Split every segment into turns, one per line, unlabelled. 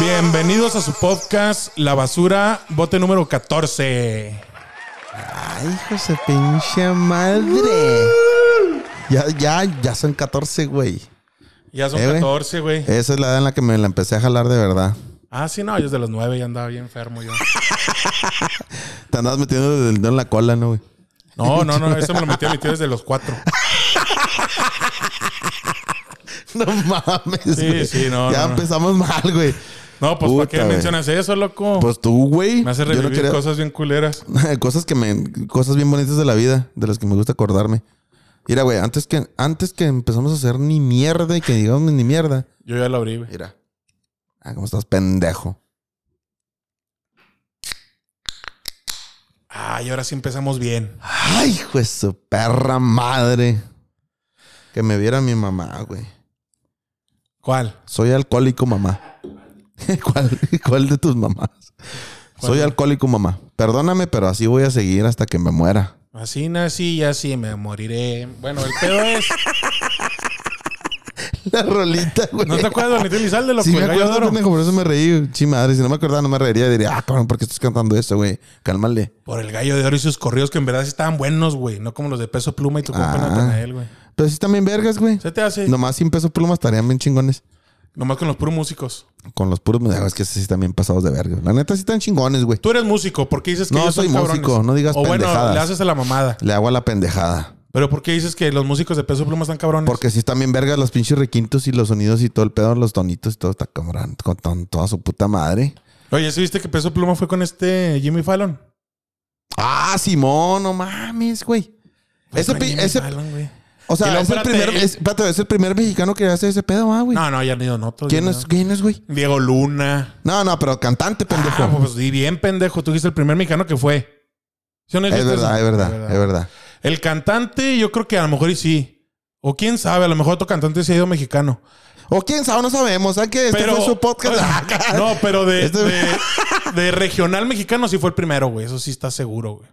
Bienvenidos a su podcast La Basura, bote número 14.
Ay, hijos de pinche madre. Ya, ya, ya son 14, güey.
Ya son
Eh, güey.
14, güey.
Esa es la edad en la que me la empecé a jalar de verdad.
Ah, sí, no, yo desde los 9 ya andaba bien enfermo yo.
Te andabas metiendo el dedo en la cola, ¿no, güey?
No, no, no, eso me lo metió mi tío desde los 4.
No mames,
Sí,
güey.
sí, no,
Ya
no, no.
empezamos mal, güey.
No, pues ¿para
Puta,
qué
güey.
mencionas eso, loco?
Pues tú, güey.
me hace
yo no
revivir
quería-
cosas bien culeras.
cosas que me cosas bien bonitas de la vida, de las que me gusta acordarme. Mira, güey, antes que antes que empezamos a hacer ni mierda y que digamos ni mierda.
Yo ya lo abrí, güey.
Mira. Ah, cómo estás pendejo.
Ay, ahora sí empezamos bien.
Ay, hijo de su perra madre. Que me viera mi mamá, güey.
¿Cuál?
Soy alcohólico, mamá. ¿Cuál, cuál de tus mamás?
¿Cuál?
Soy alcohólico, mamá. Perdóname, pero así voy a seguir hasta que me muera.
Así nací y así me moriré. Bueno, el pedo es.
La rolita, güey.
¿No te acuerdas de Don Itel Elizalde, loco?
Sí, me
El gallo de
acuerdo,
oro.
pendejo, por eso me reí. Sí, madre, si no me acordaba, no me reiría. Diría, ah, cabrón, ¿por qué estás cantando eso, güey? Cálmale.
Por el gallo de oro y sus corridos que en verdad sí estaban buenos, güey. No como los de peso pluma y tu compa
Ah.
Natanael, güey.
Pero sí también vergas, güey.
Se te hace.
Nomás 100 pesos plumas estarían bien chingones.
Nomás con los puros músicos.
Con los puros, ah, es que esos sí están bien pasados de verga. La neta, sí están chingones, güey.
Tú eres músico, ¿por qué dices que
No,
ellos son
soy músico,
cabrones?
no digas
O bueno,
pendejadas.
le haces a la mamada.
Le hago a la pendejada.
Pero ¿por qué dices que los músicos de peso pluma están cabrones?
Porque sí están bien vergas los pinches requintos y los sonidos y todo el pedo, los tonitos y todo está cabrón, con ton- toda su puta madre.
Oye, ¿sí viste que peso pluma fue con este Jimmy Fallon?
Ah, Simón, no mames, güey.
Fue
Ese
con
pi-
Jimmy
ese-
Fallon, güey.
O
Y
sea,
luego,
es el,
espérate,
primer,
y-
es, espérate, es el primer mexicano que hace ese pedo, ah, güey.
No, no, ya han ido en otros.
¿Quién,
ya
es,
no.
¿Quién es, güey?
Diego Luna.
No, no, pero cantante, pendejo.
Ah, pues di bien, pendejo. Tú dijiste el primer mexicano que fue. ¿Sí o no
es,
dijiste
verdad,
eso?
es verdad, es verdad.
El cantante, yo creo que a lo mejor y sí. O quién sabe, a lo mejor otro cantante se ha ido mexicano.
O quién sabe, no sabemos. ¿Sabes que Este
Pero,
fue su podcast.
No, pero de,
Este-
de, de regional mexicano sí fue el primero, güey. Eso sí está seguro, güey.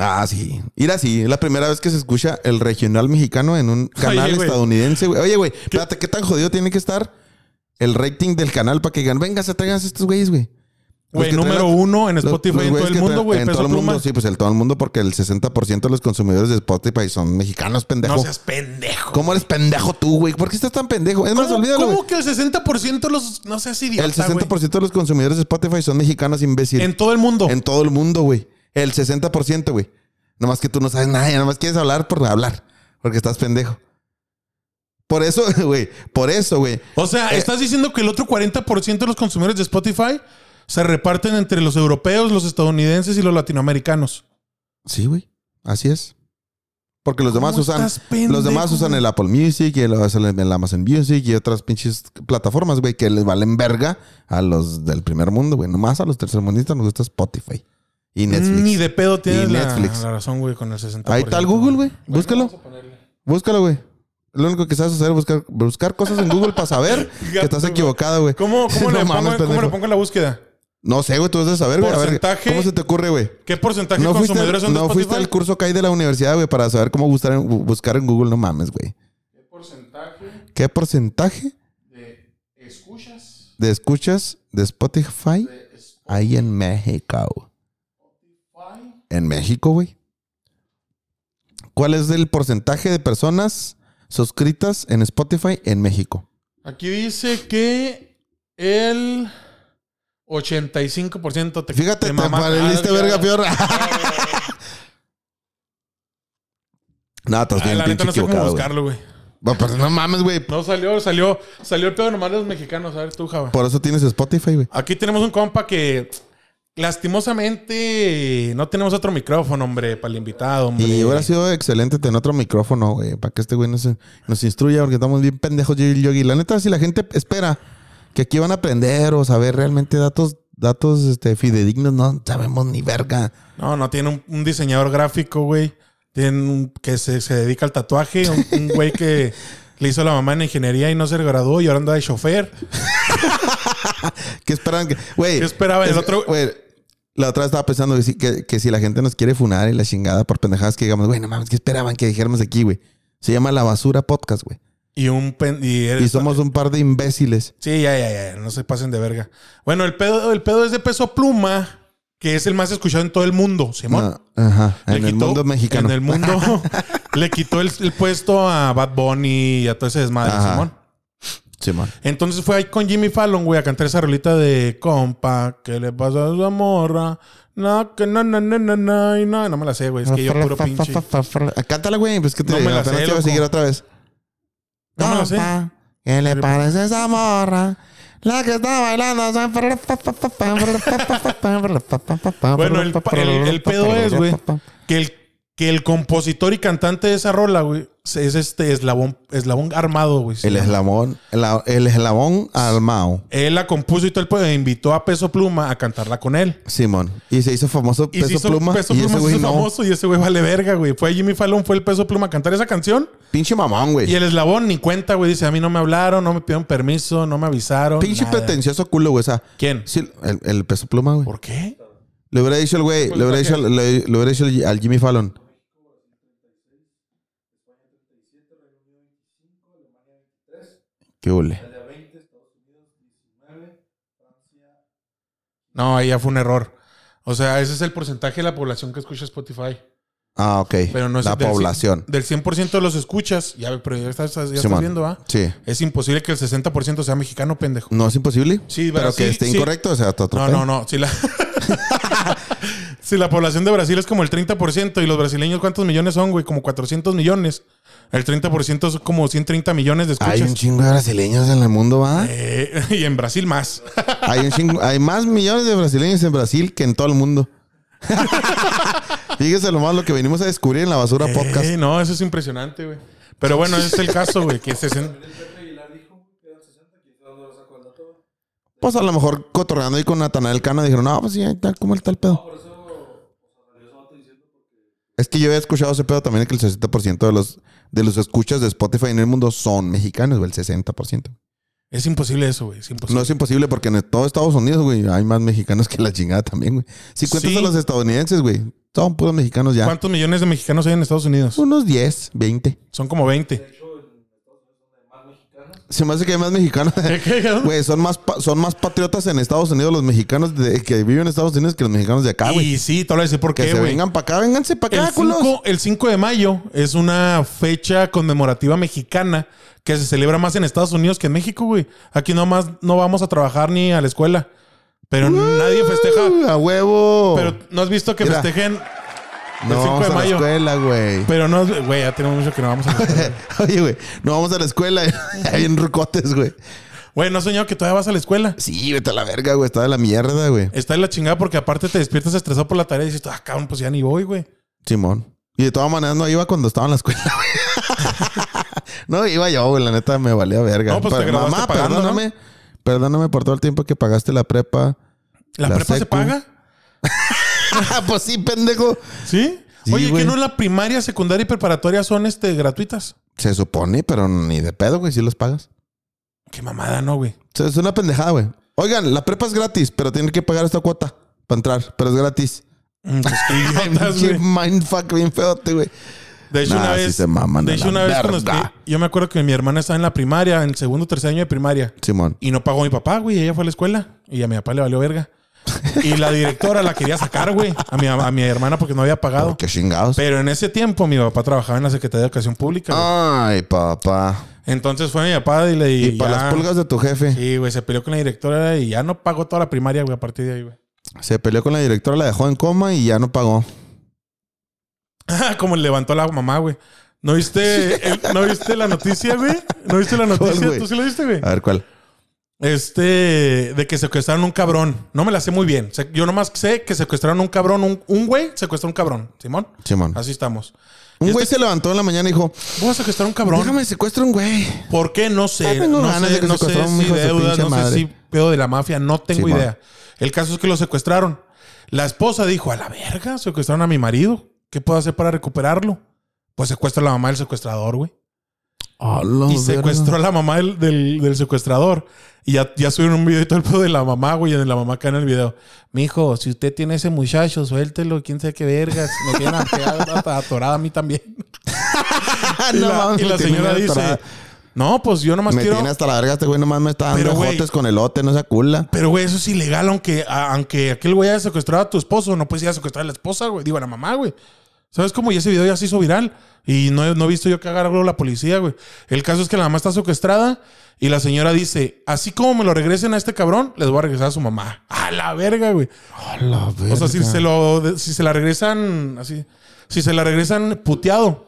Ah, sí. Ir así. Es la primera vez que se escucha el regional mexicano en un canal
güey.
estadounidense, güey. Oye, güey, espérate, ¿qué tan jodido tiene que estar el rating del canal para que digan, venga, se traigan estos güeyes, güey? Los
Güey,
que traen
número
la-
uno en
los-
Spotify
los
en todo
güeyes
el
que
mundo,
traen-
güey.
En
Peso
todo el
pluma.
mundo, sí, pues en todo el mundo, porque el 60% de los consumidores de Spotify son mexicanos, pendejo.
No seas pendejo.
¿Cómo eres pendejo tú, güey? ¿Por qué estás tan pendejo? Es más,
¿Cómo,
olvídalo, güey.
cómo que el 60% los. No seas idiota,
El 60% de los consumidores de Spotify son mexicanos, imbécil.
güey? En todo el mundo.
En todo el mundo, güey. El 60%, güey. Nomás que tú no sabes nada, y nomás quieres hablar por hablar, porque estás pendejo. Por eso, güey, por eso, güey.
O sea,
eh,
estás diciendo que el otro 40% de los consumidores de Spotify se reparten entre los europeos, los estadounidenses y los latinoamericanos.
Sí, güey. Así es. Porque los demás
¿Cómo
usan
estás, pendejo,
los demás usan
güey?
el Apple Music y el, el Amazon Music y otras pinches plataformas, güey, que les valen verga a los del primer mundo, güey. Nomás a los tercermundistas nos gusta Spotify y Netflix.
Ni de pedo tienes
Ni
la,
Netflix.
la razón, güey, con el 60%.
Ahí está el Google, güey. Búscalo. Búscalo, güey. Lo único que sabes hacer es buscar, buscar cosas en Google para saber que estás equivocado, güey.
¿Cómo, cómo,
No
le
mames,
pongo, ¿Cómo
pendejo.
le pongo en la búsqueda?
No sé, güey, tú debes de saber, güey. A ver,
Porcentaje-
¿Cómo se te ocurre, güey?
¿Qué porcentaje
No,
de
fuiste,
consumidores son de
no
Spotify?
fuiste al curso que hay de la universidad, güey, para saber cómo buscar en, bu- buscar en Google. No mames, güey.
¿Qué porcentaje
¿Qué porcentaje
de escuchas?
de escuchas de Spotify hay en México? En México, güey. ¿Cuál es el porcentaje de personas suscritas en Spotify en México?
Aquí dice que el 85% te
Fíjate, te,
mamaste.
paraleliste,
Ah,
verga,
ya.
peor. no, estás
Ah,
bien,
la neta
pinche
no sé cómo
equivocado. güey.
buscarlo, güey.
No, pues no mames, güey.
No salió, salió, salió el pedo nomás de los mexicanos. A ver tú, Java.
Por eso tienes Spotify, güey.
Aquí tenemos un compa que lastimosamente no tenemos otro micrófono, hombre, para el invitado, hombre.
Y hubiera sido excelente tener otro micrófono, güey, para que este güey nos, nos instruya, porque estamos bien pendejos yo y el Yogi. La neta, si la gente espera que aquí van a aprender o saber realmente datos, datos este, fidedignos, no sabemos ni verga.
No, no, tiene un, un diseñador gráfico, güey. Tiene un que se, se dedica al tatuaje. Un, un güey que le hizo la mamá en ingeniería y no se graduó y ahora anda de chofer.
¿Qué esperan? que- Güey.
¿Qué esperaban? El
es-
otro-
güey, la otra vez estaba pensando que si, que, que si la gente nos quiere funar y la chingada por pendejadas que digamos, güey, no mames, ¿qué esperaban que dijéramos aquí, güey? Se llama La Basura Podcast, güey.
Y un pen- y eres-
Y somos un par de imbéciles.
Sí, ya, ya, ya, no se pasen de verga. Bueno, el pedo, el pedo es de peso pluma, que es el más escuchado en todo el mundo, Simón.
No, ajá,
Le
Ah, en el
quitó-
mundo mexicano.
En el mundo le quitó el, el puesto a Bad Bunny y a todo ese desmadre,
Ajá.
Simón.
Simón.
Entonces fue ahí con Jimmy Fallon, güey, a cantar esa rolita de compa, ¿qué le pasa a esa morra? No, que no, no, no, no, no, y no, no me la sé, güey. Es que yo puro pinche.
Cántala, güey. Pues que te
No me la sé,
apenas te iba a
loco.
seguir otra vez.
No me la sé.
Compa, ¿Qué le parece esa morra? La que está bailando. Ah,
Bueno, el, pa- el- el pedo es, güey, que el, que el compositor y cantante de esa rola, güey, es este eslabón, eslabón armado, güey.
El eslabón, la- el eslabón armado.
Él la compuso y todo el pedo, e invitó a Peso Pluma a cantarla con él.
Simón. Y se hizo famoso
Y
Peso
se hizo
Pluma.
Peso
y
Pluma
ese
se
güey
hizo
no.
famoso y ese güey vale verga, güey. Fue Jimmy Fallon, fue el Peso Pluma a cantar esa canción.
Pinche mamón,
Y
güey.
el eslabón ni cuenta, güey. Dice, a mí no me hablaron, no me pidieron permiso, no me avisaron.
Pinche
nada".
pretencioso culo, güey. O sea,
¿Quién?
sí, el, el Peso Pluma, güey.
¿Por qué?
Le hubiera dicho el güey, le hubiera dicho, al- le, le hubiera dicho al- al Jimmy Fallon. ¿Qué huele?
No, ahí ya fue un error. O sea, ese es el porcentaje de la población que escucha Spotify.
Ah, ok.
Pero no es
La
del cien-
población.
Del 100% de los escuchas. Ya, ve, pero ya estás, ya estás
Simón.
viendo, ¿ah?
Sí.
Es imposible que el 60% sea mexicano, pendejo.
No es imposible.
Sí,
pero
pero
que
sí,
esté
sí.
incorrecto, o sea, te
No,
atropellan.
no, no. Si la... si la población de Brasil es como el 30% y los brasileños, ¿cuántos millones son, güey? Como 400 millones. El 30% es como 130 millones de
Hay un
escuchas.
chingo de brasileños en el mundo, ¿va?
Eh, y en Brasil más.
Hay un chingo, hay más millones de brasileños en Brasil que en todo el mundo. Fíjese lo más lo que venimos a descubrir en la basura podcast.
Eh, no, eso es impresionante, güey. Pero bueno, ese es el caso, güey. Que se sen-
Pues a lo mejor cotorreando ahí con Natanael Cano dijeron, no, pues sí, ahí está, ¿cómo está el pedo? Es que yo había escuchado ese pedo también que el 60% de los, de los escuchas de Spotify en el mundo son mexicanos, güey, el 60%.
es imposible eso, güey. Es imposible.
Pues, No es imposible porque en todo Estados Unidos, güey, hay más mexicanos que la chingada también, güey. Si cuentas
Sí.
a los estadounidenses, güey, son puros mexicanos ya.
¿Cuántos millones de mexicanos hay en Estados Unidos?
Unos 10, 20.
Son como 20.
Se me hace que hay más mexicanos. Güey, son más, pa- son más patriotas en Estados Unidos los mexicanos de- que viven en Estados Unidos que los mexicanos de acá, Ah, güey.
y sí, te voy a decir por
Que
qué,
se
güey.
vengan para acá, vénganse para
El
acá, culos.
5, el 5 de mayo es una fecha conmemorativa mexicana que se celebra más en Estados Unidos que en México, güey. Aquí nomás no vamos a trabajar ni a la escuela. Pero nadie festeja.
Uh, A huevo.
Pero no has visto que
Mira.
festejen el 5
no vamos
de
a la
mayo.
escuela, güey.
Pero no, güey, ya tenemos mucho que no vamos a la escuela.
Oye, güey, no vamos a la escuela. Hay en rucotes, güey.
Güey, no has soñado que todavía vas a la escuela.
Sí, vete a la verga, güey. Está de la mierda, güey.
Está en la chingada porque aparte te despiertas estresado por la tarea y dices, ah, cabrón, pues ya ni voy, güey.
Simón. Y de todas maneras no iba cuando estaba en la escuela, güey. no iba yo, güey. La neta me valía verga.
No, pues te
Pero,
graduaste
Mamá,
pagando, ¿no?
perdóname. Perdóname por todo el tiempo que pagaste la prepa.
¿La,
La
prepa se
secu.
paga?
pues sí, pendejo.
¿Sí?
Sí,
Oye,
güey.
¿que no la primaria, secundaria y preparatoria son este, gratuitas?
Se supone, pero ni de pedo, güey, si los pagas.
Qué mamada, ¿no, güey?
O sea, es una pendejada, güey. Oigan, la prepa es gratis, pero tienen que pagar esta cuota para entrar, pero es gratis.
Mm, pues, qué idiotas,
Pinche
güey.
mindfuck bien feote, güey.
De hecho,
Nah,
una
sí
vez.
se maman
de
a
hecho,
la
una vez cuando
verga.
estuve- Yo me acuerdo que mi hermana estaba en la primaria, en el segundo o tercer año de primaria.
Simón.
Y no pagó mi papá, güey. Ella fue a la escuela. Y a mi papá le valió verga. Y la directora la quería sacar, güey. A mi, a mi hermana porque no había pagado.
Qué chingados.
Pero en ese tiempo mi papá trabajaba en la Secretaría de Educación Pública. güey.
Ay, papá.
Entonces fue mi papá y le
Ah. Y,
dije.
para las pulgas de tu jefe.
Sí, güey. Se peleó con la directora y ya no pagó toda la primaria, güey, a partir de ahí, güey.
Se peleó con la directora, la dejó en coma y ya no pagó.
Como le levantó la mamá, güey. ¿No viste, el- ¿No viste la noticia, güey? ¿No viste la noticia?
güey? Ah.
¿Tú sí la viste, güey?
A ver cuál.
Este, de que secuestraron un cabrón. No me la sé muy bien. Se- Yo nomás sé que secuestraron un cabrón. Un, un güey secuestró un cabrón. Simón,
Simón.
así estamos.
Un güey se levantó en la mañana y dijo:
Voy a secuestrar un cabrón.
Déjame secuestro un güey.
¿Por qué? No sé.
Ah, tengo
no
ganas
sé,
de que
no
secuestró
sé
a un
si
hijo de su
deuda,
pinche
no sé
madre.
si pedo de la mafia. No tengo
Simón.
idea. El caso es que lo secuestraron. La esposa dijo, a la verga, secuestraron a mi marido. ¿Qué puedo hacer para recuperarlo? Pues secuestra a la mamá del secuestrador, güey. Y
Oh,
secuestró a la mamá del, del- del secuestrador. Y ya, ya subieron un video y todo el pedo de la mamá, güey. Y de la mamá acá en el video. Mijo, si usted tiene ese muchacho, suéltelo. Quién sabe qué vergas. Me tienen atorada a mí también.
Ah,
Y
no
la,
mames,
y la
Ah, me tiene
señora
bien
dice...
atorada.
No, pues yo nomás
me
quiero.
tiene hasta la verga este güey, nomás me está dando
Pero, güey.
jotes con elote, no se acula.
Pero, güey, eso es ilegal, aunque, a- aunque aquel güey haya secuestrado a tu esposo, no puedes ir a secuestrar a la esposa, güey. Digo, a la mamá, güey. ¿Sabes cómo? Y ese video ya se hizo viral. Y no he, no he visto yo que haga algo la policía, güey. El caso es que la mamá está secuestrada y la señora dice, así como me lo regresen a este cabrón, les voy a regresar a su mamá. A la verga, güey. O sea, si se, lo, si se la regresan así, si se la regresan puteado,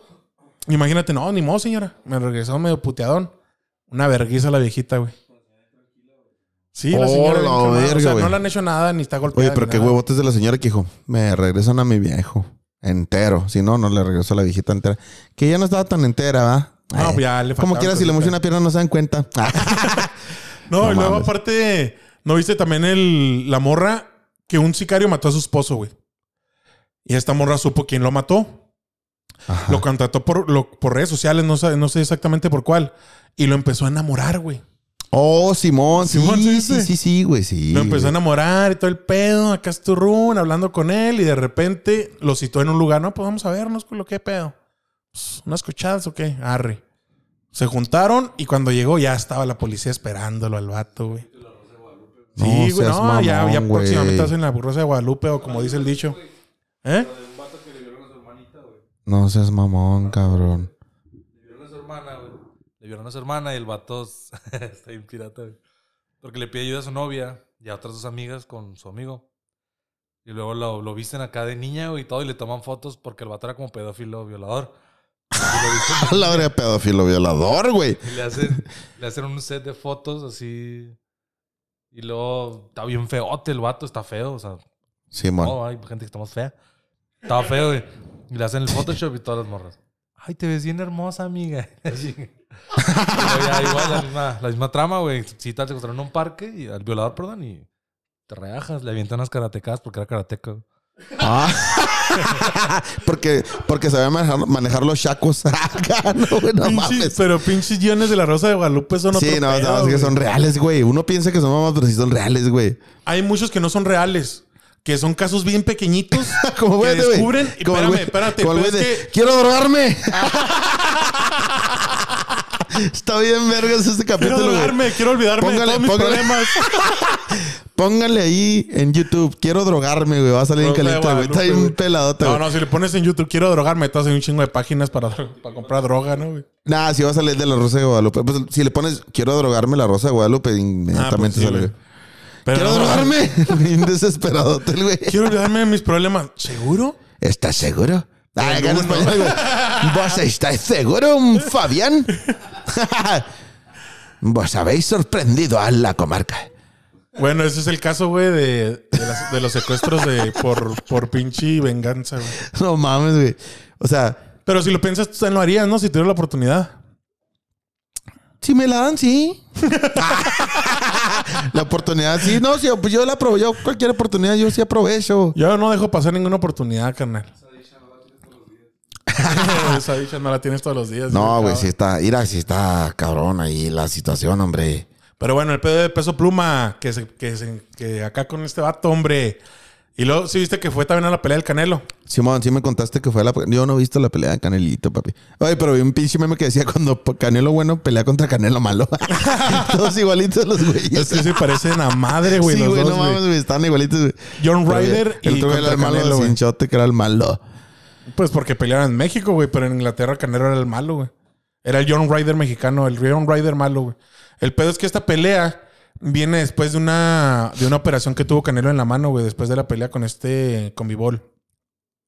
imagínate, no, ni modo, señora. Me regresaron medio puteadón. Una verguiza la viejita, güey. Sí, la
Oh,
señora.
la
bien calmada.
verga,
o sea, no
güey.
le han hecho nada ni está golpeada.
Oye, pero
ni
qué
nada.
huevotes de la señora que dijo, me regresan a mi viejo. Entero. Si no, no le regreso a la viejita entera. Que ya no estaba tan entera, ¿va? Eh,
No, pues ya le
Como
faltaban
quiera, si le mucho
cositas.
una pierna no se dan cuenta.
No,
No
y luego
mames.
aparte, ¿no viste también el, la morra que un sicario mató a su esposo, güey? Y esta morra supo quién lo mató.
Ajá.
Lo contrató por, lo- por redes sociales, no, sa- no sé exactamente por cuál. Y lo empezó a enamorar, güey.
Oh, Simón. Sí,
Simón,
sí,
¿sí
sí,
viste?
sí, sí, güey, sí.
Lo empezó a enamorar y todo el pedo. Acá es tu run, hablando con él. Y de repente lo citó en un lugar. No, pues vamos a vernos, culo, qué pedo. Pues, ¿Unas cochadas o qué? Arre. Se juntaron y cuando llegó ya estaba la policía esperándolo al vato, güey.
No
Sí, güey.
seas
No, ya,
mamón,
ya
güey.
próximamente hacen la burrosa de Guadalupe o como dice el dicho. ¿Eh?
No seas mamón, cabrón.
Le vieron a su hermana, güey. Le vieron a su hermana y el vato s- está bien pirata, güey. Porque le pide ayuda a su novia y a otras dos amigas con su amigo. Y luego lo, lo visten acá de niña, güey, y todo, y le toman fotos porque el vato era como pedófilo violador. Y, lo visten-
A la verga, pedófilo violador, güey.
y le, hacen, le hacen un set de fotos así. Y luego está bien feote el vato, está feo, o sea,
Simón.
Oh.
no, Oh, hay gente que está más fea. Estaba feo, güey. Y le hacen el Photoshop y todas las morras. Ay, te ves bien hermosa, amiga. Así. Pero ya igual, la misma, la misma trama, güey. Si te encontraron en un parque y al violador, perdón, y te reajas, le avientan unas karatecadas porque era karateca. güey.
Ah. porque, porque sabía manejar, manejar los chacos. Ah, no, güey, no
Pinches-
mames.
pero pinches guiones de la Rosa de Guadalupe son otro
Sí, no,
pedo,
no, es que
güey.
son reales, güey. Uno piensa que son mamás, pero sí son reales, güey.
Hay muchos que no son reales. Que son casos bien pequeñitos.
Como
que
güey, de-
descubren. y
como el
espérame,
güey-
espérate.
como el
pero
güey
es
de,
que-
quiero drogarme. Está bien, vergas, este
Quiero
capítulo. güey.
drogarme, quiero olvidarme
Póngale-
de todos mis
póngale-
problemas.
Póngale ahí en YouTube, quiero drogarme, güey. Va a salir en
Rosa de
caliente, güey. Está ahí
Guadalupe,
un
güey.
peladote,
No,
güey.
no, si le pones en YouTube, quiero drogarme, te hacen un chingo de páginas para, para comprar droga, ¿no, güey?
Nah, si va a salir de la Rosa de Guadalupe. Pues si le pones, quiero drogarme la Rosa de Guadalupe,
Ah, pues
inmediatamente
sí,
sale.
güey. Pero
Quiero
no,
drogarme. Bien desesperadote, el güey.
Quiero olvidarme de mis problemas. ¿Seguro?
¿Estás seguro? Ah, acá en
Ninguno.
español, güey. ¿Vos estáis seguro, Fabián? Vos habéis sorprendido a la comarca.
Bueno, ese es el caso, güey, de, de las- de los secuestros de por, por pinche venganza, güey.
No mames, güey. O sea,
Pero si lo piensas, tú lo harías, ¿no? Si tuvieras la oportunidad.
si me la dan, sí. la oportunidad, sí. No, sí, pues yo la aprovecho. Yo cualquier oportunidad, yo sí aprovecho.
Yo no dejo pasar ninguna oportunidad, carnal. Esa dicha no la tienes todos los días.
No, güey, sí
cabrón.
está. Mira, sí está cabrón ahí la situación, hombre.
Pero bueno, el pedo de peso pluma, que, se, que, se- que acá con este vato, hombre. Y luego, sí viste que fue también a la pelea del Canelo.
Simón, sí me contaste que fue la. Yo no he visto la pelea de Canelito, papi. Oye, pero vi un pinche meme que decía cuando po- Canelo bueno pelea contra Canelo malo. Todos igualitos los
Es
güeyes.
que se parecen a madre, güey.
sí,
los
güey,
dos,
no
güey.
mames, güey. Estaban igualitos, güey.
John
Pero
Ryder
El
y
otro güey era
contra
el malo
Canelo, güey.
cinchote, que era el malo.
Pues porque pelearon en México, güey, pero en Inglaterra Canelo era el malo, güey. Era el John Ryder mexicano, el John Ryder malo, güey. El pedo es que esta pelea viene después de una, de una operación que tuvo Canelo en la mano, güey, después de la pelea con este, con Bivol.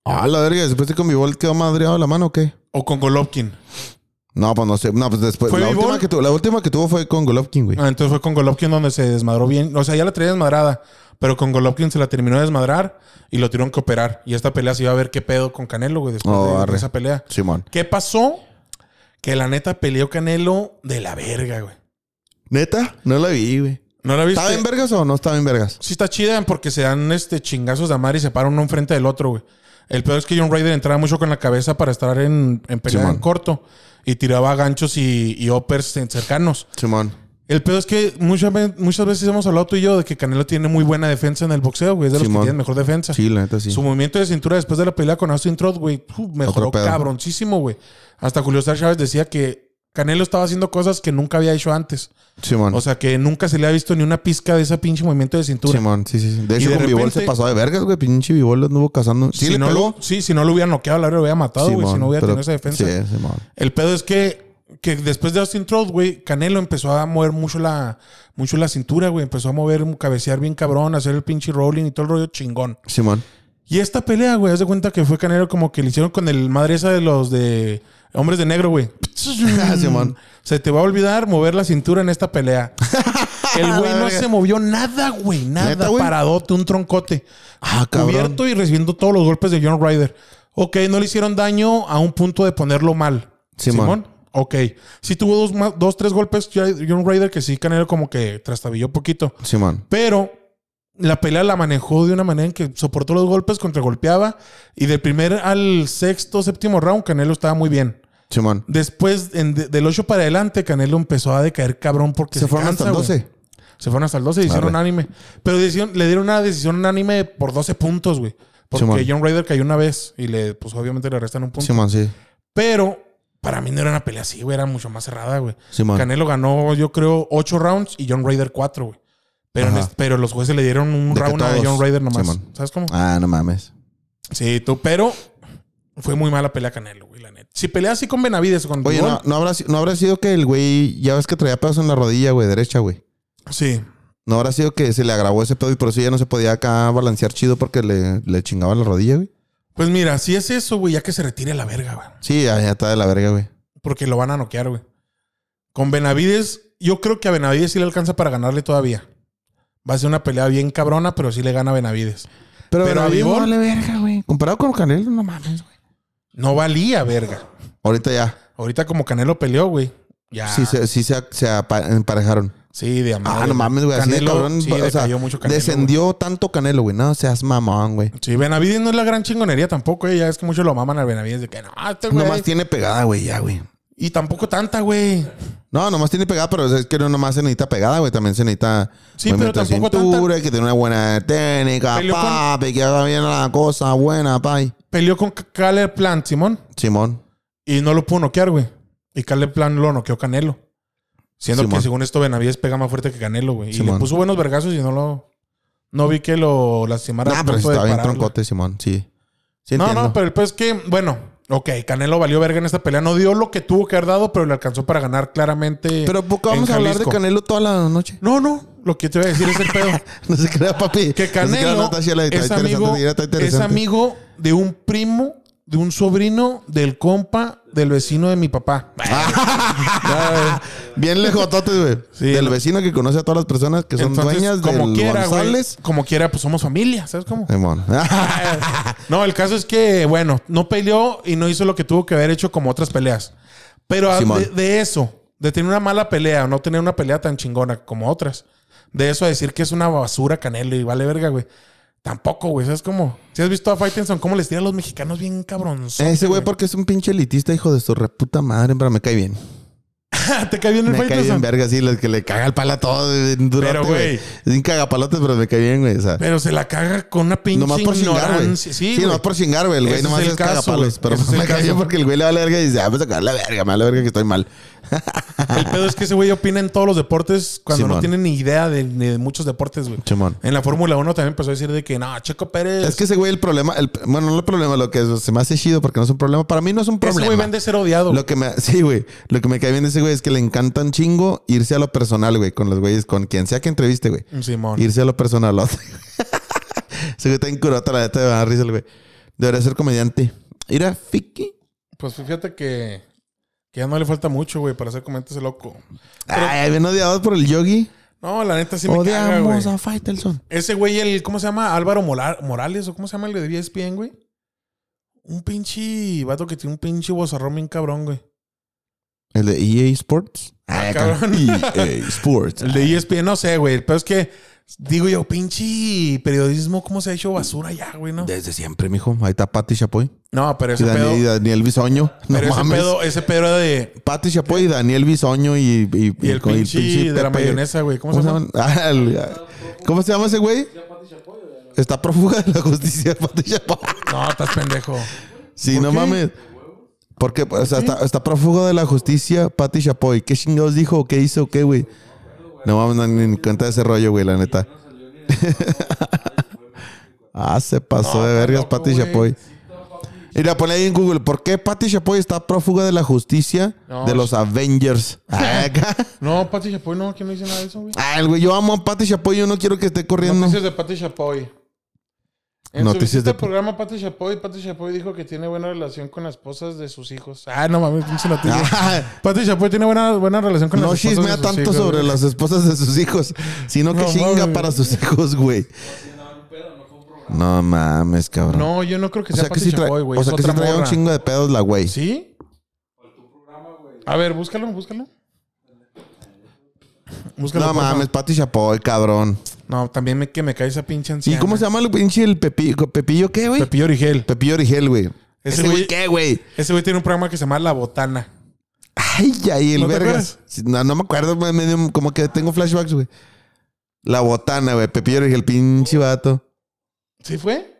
Ah, la verga. Después de con mi bol quedó madreado la mano o qué?
O con Golovkin.
No, pues no sé. No, pues después.
¿Fue
La
mi
última,
bol?
que tuvo, la última que tuvo fue con Golovkin, güey.
Ah, entonces fue con Golovkin donde se desmadró bien. O sea, ya la traía desmadrada, pero con Golovkin se la terminó de desmadrar y lo tuvieron que operar. Y esta pelea se iba a ver qué pedo con Canelo, güey, después
Oh,
de- de
arre.
esa pelea.
Simón.
¿Qué pasó? Que la neta peleó Canelo de la verga, güey.
¿Neta? No la vi, güey.
¿No la viste?
¿Estaba en vergas o no estaba en vergas?
Sí está chida porque se dan este chingazos de amar y se paran uno enfrente del otro, güey. El peor es que John Ryder entraba mucho con la cabeza para estar en, en pelea
Simón.
en corto y tiraba ganchos y, y uppers en- cercanos.
Simón.
El peor es que muchas, ve- muchas veces hemos hablado tú y yo de que Canelo tiene muy buena defensa en el boxeo, güey. Es de los
Simón.
que tienen mejor defensa.
Sí, la neta sí.
Su movimiento de cintura después de la pelea con Austin Trot, güey, uf, mejoró
pedo.
cabroncísimo, güey. Hasta Julio César Chávez decía que Canelo estaba haciendo cosas que nunca había hecho antes.
Simón.
O sea, que nunca se le ha visto ni una pizca de ese pinche movimiento de cintura.
Simón, sí, sí. sí. De
Y
hecho,
de
con Bivol
repente-
se pasó de vergas, güey. Pinche Bivol lo anduvo cazando.
si, no lo, sí, si no lo hubiera noqueado, la lo hubiera matado, güey. Si no hubiera tenido esa defensa.
Sí, Simón.
El pedo es que, que después de Austin Trout, güey, Canelo empezó a mover mucho la, mucho la cintura, güey. Empezó a mover, cabecear bien cabrón, hacer el pinche rolling y todo el rollo chingón.
Simón.
Y esta pelea, güey, haz de cuenta que fue Canelo como que le hicieron con el madre esa de los de hombres de negro, güey. Mm.
Simón.
Se te va a olvidar mover la cintura en esta pelea. El güey no se movió nada, güey. Nada.
¿Neta, güey?
paradote, un troncote.
Ah, cabrón.
Cubierto y recibiendo todos los golpes de John Ryder. Ok, no le hicieron daño a un punto de ponerlo mal.
Simón.
Ok. Sí tuvo dos, ma- dos, tres golpes John Ryder que sí Canelo como que trastabilló poquito.
Simón.
Pero la pelea la manejó de una manera en que soportó los golpes, contragolpeaba. Y del primer al sexto, séptimo round, Canelo estaba muy bien.
Simón.
Después, en- de- del 8 para adelante, Canelo empezó a decaer cabrón porque
Se fueron
cansa,
hasta el
güey.
12.
Se fueron hasta el 12 y hicieron
Arre.
anime. Pero decisión- le dieron una decisión unánime por 12 puntos, güey. Porque
Simón.
John Ryder cayó una vez y le, pues obviamente le restan un punto.
Simón, sí.
Pero para mí no era una pelea así, güey. Era mucho más cerrada, güey.
Simón.
Canelo ganó, yo creo, 8 rounds y John Ryder 4, güey. Pero, en
Ajá.
este- pero los jueces le dieron un
De que
round a
todos.
John Ryder nomás.
Simón.
¿Sabes cómo?
Ah, no mames.
Sí, tú, pero fue muy mala pelea Canelo, güey, la neta. Si pelea así con Benavides o con
Oye,
Bivol,
no, no habrá, si- no habrá sido que el güey, ya ves que traía pedos en la rodilla, güey, derecha, güey.
Sí.
No habrá sido que se le agravó ese pedo y por eso ya no se podía acá balancear chido porque le, le chingaba la rodilla, güey.
Pues mira, si es eso, güey, ya que se retire a la verga, güey.
Sí, ya, ya está de la verga, güey.
Porque lo van a noquear, güey. Con Benavides, yo creo que a Benavides sí le alcanza para ganarle todavía. Va a ser una pelea bien cabrona, pero sí le gana a Benavides.
Pero,
Pero a
Benavides
Bivol-
vale verga, güey. Comparado con Canelo, no mames, güey.
No valía, verga.
Ahorita ya.
Ahorita como Canelo peleó, güey. Ya.
Sí, se, sí se, se apa- emparejaron.
Sí, de amor.
Ah, no mames, güey. Así de
Canelo,
cabrón.
sí,
o sea,
decayó mucho Canelo,
descendió tanto Canelo, güey. No seas mamón, güey.
güey. Sí, Benavides no es la gran chingonería tampoco, eh. Ya es que muchos lo maman al Benavides de que no, este güey.
Nomás tiene pegada, güey, ya, güey.
Y tampoco tanta, güey.
No, nomás tiene pegada, pero es que no nomás se necesita pegada, güey. También se necesita
Sí, pero
movimiento de
tampoco
cintura, que tiene una buena técnica,
Peleó con-
papi, que haga bien la cosa buena, papi.
Peleó con Caleb Plant, Simón.
Simón.
Y no lo pudo noquear, güey. Y Caleb Plan lo noqueó Canelo. Siendo que
Simón.
según esto Benavides pega más fuerte que Canelo, güey. Y le
Simón.
puso buenos vergazos y no lo... No vi que lo lastimara.
Ah,
al
pero
punto de
está bien
pararlo.
troncote, Simón, sí. Sí,
No,
entiendo.
no, pero el pedo es que... Bueno, ok. Canelo valió verga en esta pelea. No dio lo que tuvo que haber dado, pero le alcanzó para ganar claramente
Pero ¿por qué
en
vamos a hablar de
Jalisco?
Canelo toda la noche?
No, no. Lo que te voy a decir es el pedo.
No se crea, papi.
Que
No se crea,
Canelo
no, está chila, está
es,
interesante,
amigo,
mira, está
es
interesante.
amigo de un primo, de un sobrino, del compa, del vecino de mi papá.
Bien lejototes, güey.
Sí,
Del
no.
vecino que conoce a todas las personas que son
Entonces,
dueñas
como
del
quiera, güey,
González. Eh.
Como quiera, pues somos familia, ¿sabes cómo?
Simón.
no, el caso es que, bueno, no peleó y no hizo lo que tuvo que haber hecho como otras peleas. Pero a-
Simón.
de, de eso, de tener una mala pelea o no tener una pelea tan chingona como otras, de eso a decir que es una basura Canelo y vale verga, güey. Tampoco, güey, ¿sabes cómo? Si has visto a Fightingson, cómo les tira a los mexicanos bien cabronzos.
Ese güey porque es un pinche elitista, hijo de su reputa madre, pero me cae bien.
¿Te cae bien el
Me cae bien
Fightingson?
verga, sí, los que le caga el palo a todo. eh, durote,
Pero, güey.
Es un cagapalotes, pero me cae bien, güey. O sea,
Pero se la caga con una pinche
nomás por chingar, güey.
ignorancia.
Sí,
Sí, güey.
nomás por chingar, güey. El
Ese
güey
es
nomás
el
es,
caso,
cagapalos.
güey.
Pero
Ese es el
me cae bien
caso.
porque el güey le vale verga y dice, ah, vamos a cagar la verga, me vale verga que estoy mal.
El pedo es que ese güey opina en todos los deportes cuando no
Simón.
tiene ni idea de, ni de muchos deportes, güey.
Simón.
En la Fórmula 1 también empezó a decir de que, no, Checo Pérez.
Es que ese güey, el problema, el- bueno, no el problema, lo que se me hace chido porque no es un problema. Para mí no es un
ese
problema.
güey vende ser odiado.
Lo que me, sí, güey. Lo que me cae bien de ese güey es que le encanta un chingo irse a lo personal, güey, con los güeyes, con quien sea que entreviste, güey.
Simón.
Irse a lo personal. Se güey está en curota, la neta me da risa el güey. Debería ser comediante. Ir a Fiki.
Pues fíjate que, que ya no le falta mucho, güey, para hacer comentarios ese loco.
Ay, bien odiado por el yogi.
No, la neta sí me caga, güey.
Odiamos a Faitelson.
Ese güey, el, ¿cómo se llama? Álvaro Mola- Morales, o ¿cómo se llama el de E ESPN, güey? Un pinche vato que tiene un pinche bozarrón bien cabrón, güey.
El de EA Sports. Ah, Ay,
Ah, cabrón.
EA Sports.
El de E ESPN, no sé, güey. Pero es que, digo yo, pinche periodismo, ¿cómo se ha hecho basura ya, güey, no?
Ah, Desde siempre, mijo. Ahí está Pati Chapoy.
No, pero
Y
ese
Dani-
pedo.
y Daniel Bisoño. No
pero ese
mames.
pedo, ese pedo era de.
Pati Chapoy y Daniel Bisoño y, y,
Y el
con
pinche de la
Pepe-
mayonesa, güey. ¿Cómo,
¿Cómo
se
se
llama?
llama? Ah, el- ah, ¿Cómo se llama ese güey? Está prófuga de la justicia, Pati Chapoy.
No, estás pendejo.
Sí,
¿Por
no
qué?
mames. Porque, o sea, está, está prófugo de la justicia, Pati Chapoy. ¿Qué chingados dijo? o ¿Qué hizo? o ¿Qué, güey? No vamos a ni cuenta de ese rollo, güey, la neta. ah, se pasó de vergas,
loco,
Pati
güey.
Chapoy. Mira, ponle ahí en Google, ¿por qué Pati Chapoy está prófuga de la justicia
No,
de los Avengers? Ah, acá.
No, Pati Chapoy, no, ¿quién me dice nada de eso, güey?
Ay, güey, yo amo a Pati Chapoy, Ah, yo no quiero que esté corriendo.
Noticias de Pati Chapoy. En
Noticias
su visita
de
al programa Pati Chapoy, Pati Chapoy dijo que tiene buena relación con las esposas de sus hijos. Ah, no mames, pinche noticia.
Ah,
Pati Chapoy tiene buena, buena relación con
no
las esposas de
chismea
sus
tanto
hijos,
sobre
güey.
las esposas de sus hijos, sino que
No
chinga
mames.
para sus hijos, güey. No mames, cabrón.
No, yo no creo que
o
sea,
sea que
Pati
sí, tra-
Chapoy, güey.
o
es
sea que sí
otra
traía un
morra.
chingo de pedos la güey.
¿Sí? A ver, búscalo, búscalo. Búscalo.
No
por favor.
mames, Pati Chapoy, cabrón.
No, también me, que me cae esa pinche
¿Y
anciana.
cómo se llama el pinche el Pepillo? ¿Pepillo qué, güey?
Pepillo Origel.
Pepillo Origel, güey.
Ese
¿Ese güey
güey-
qué, güey?
Ese güey tiene un programa que se llama La Botana.
Ay, ay, el
¿No te
vergas.
acuerdas?
Sí, No, no me acuerdo, me- me dio- como que tengo flashbacks, güey. La botana, güey. Pepillo Origel, pinche vato.
¿Sí fue?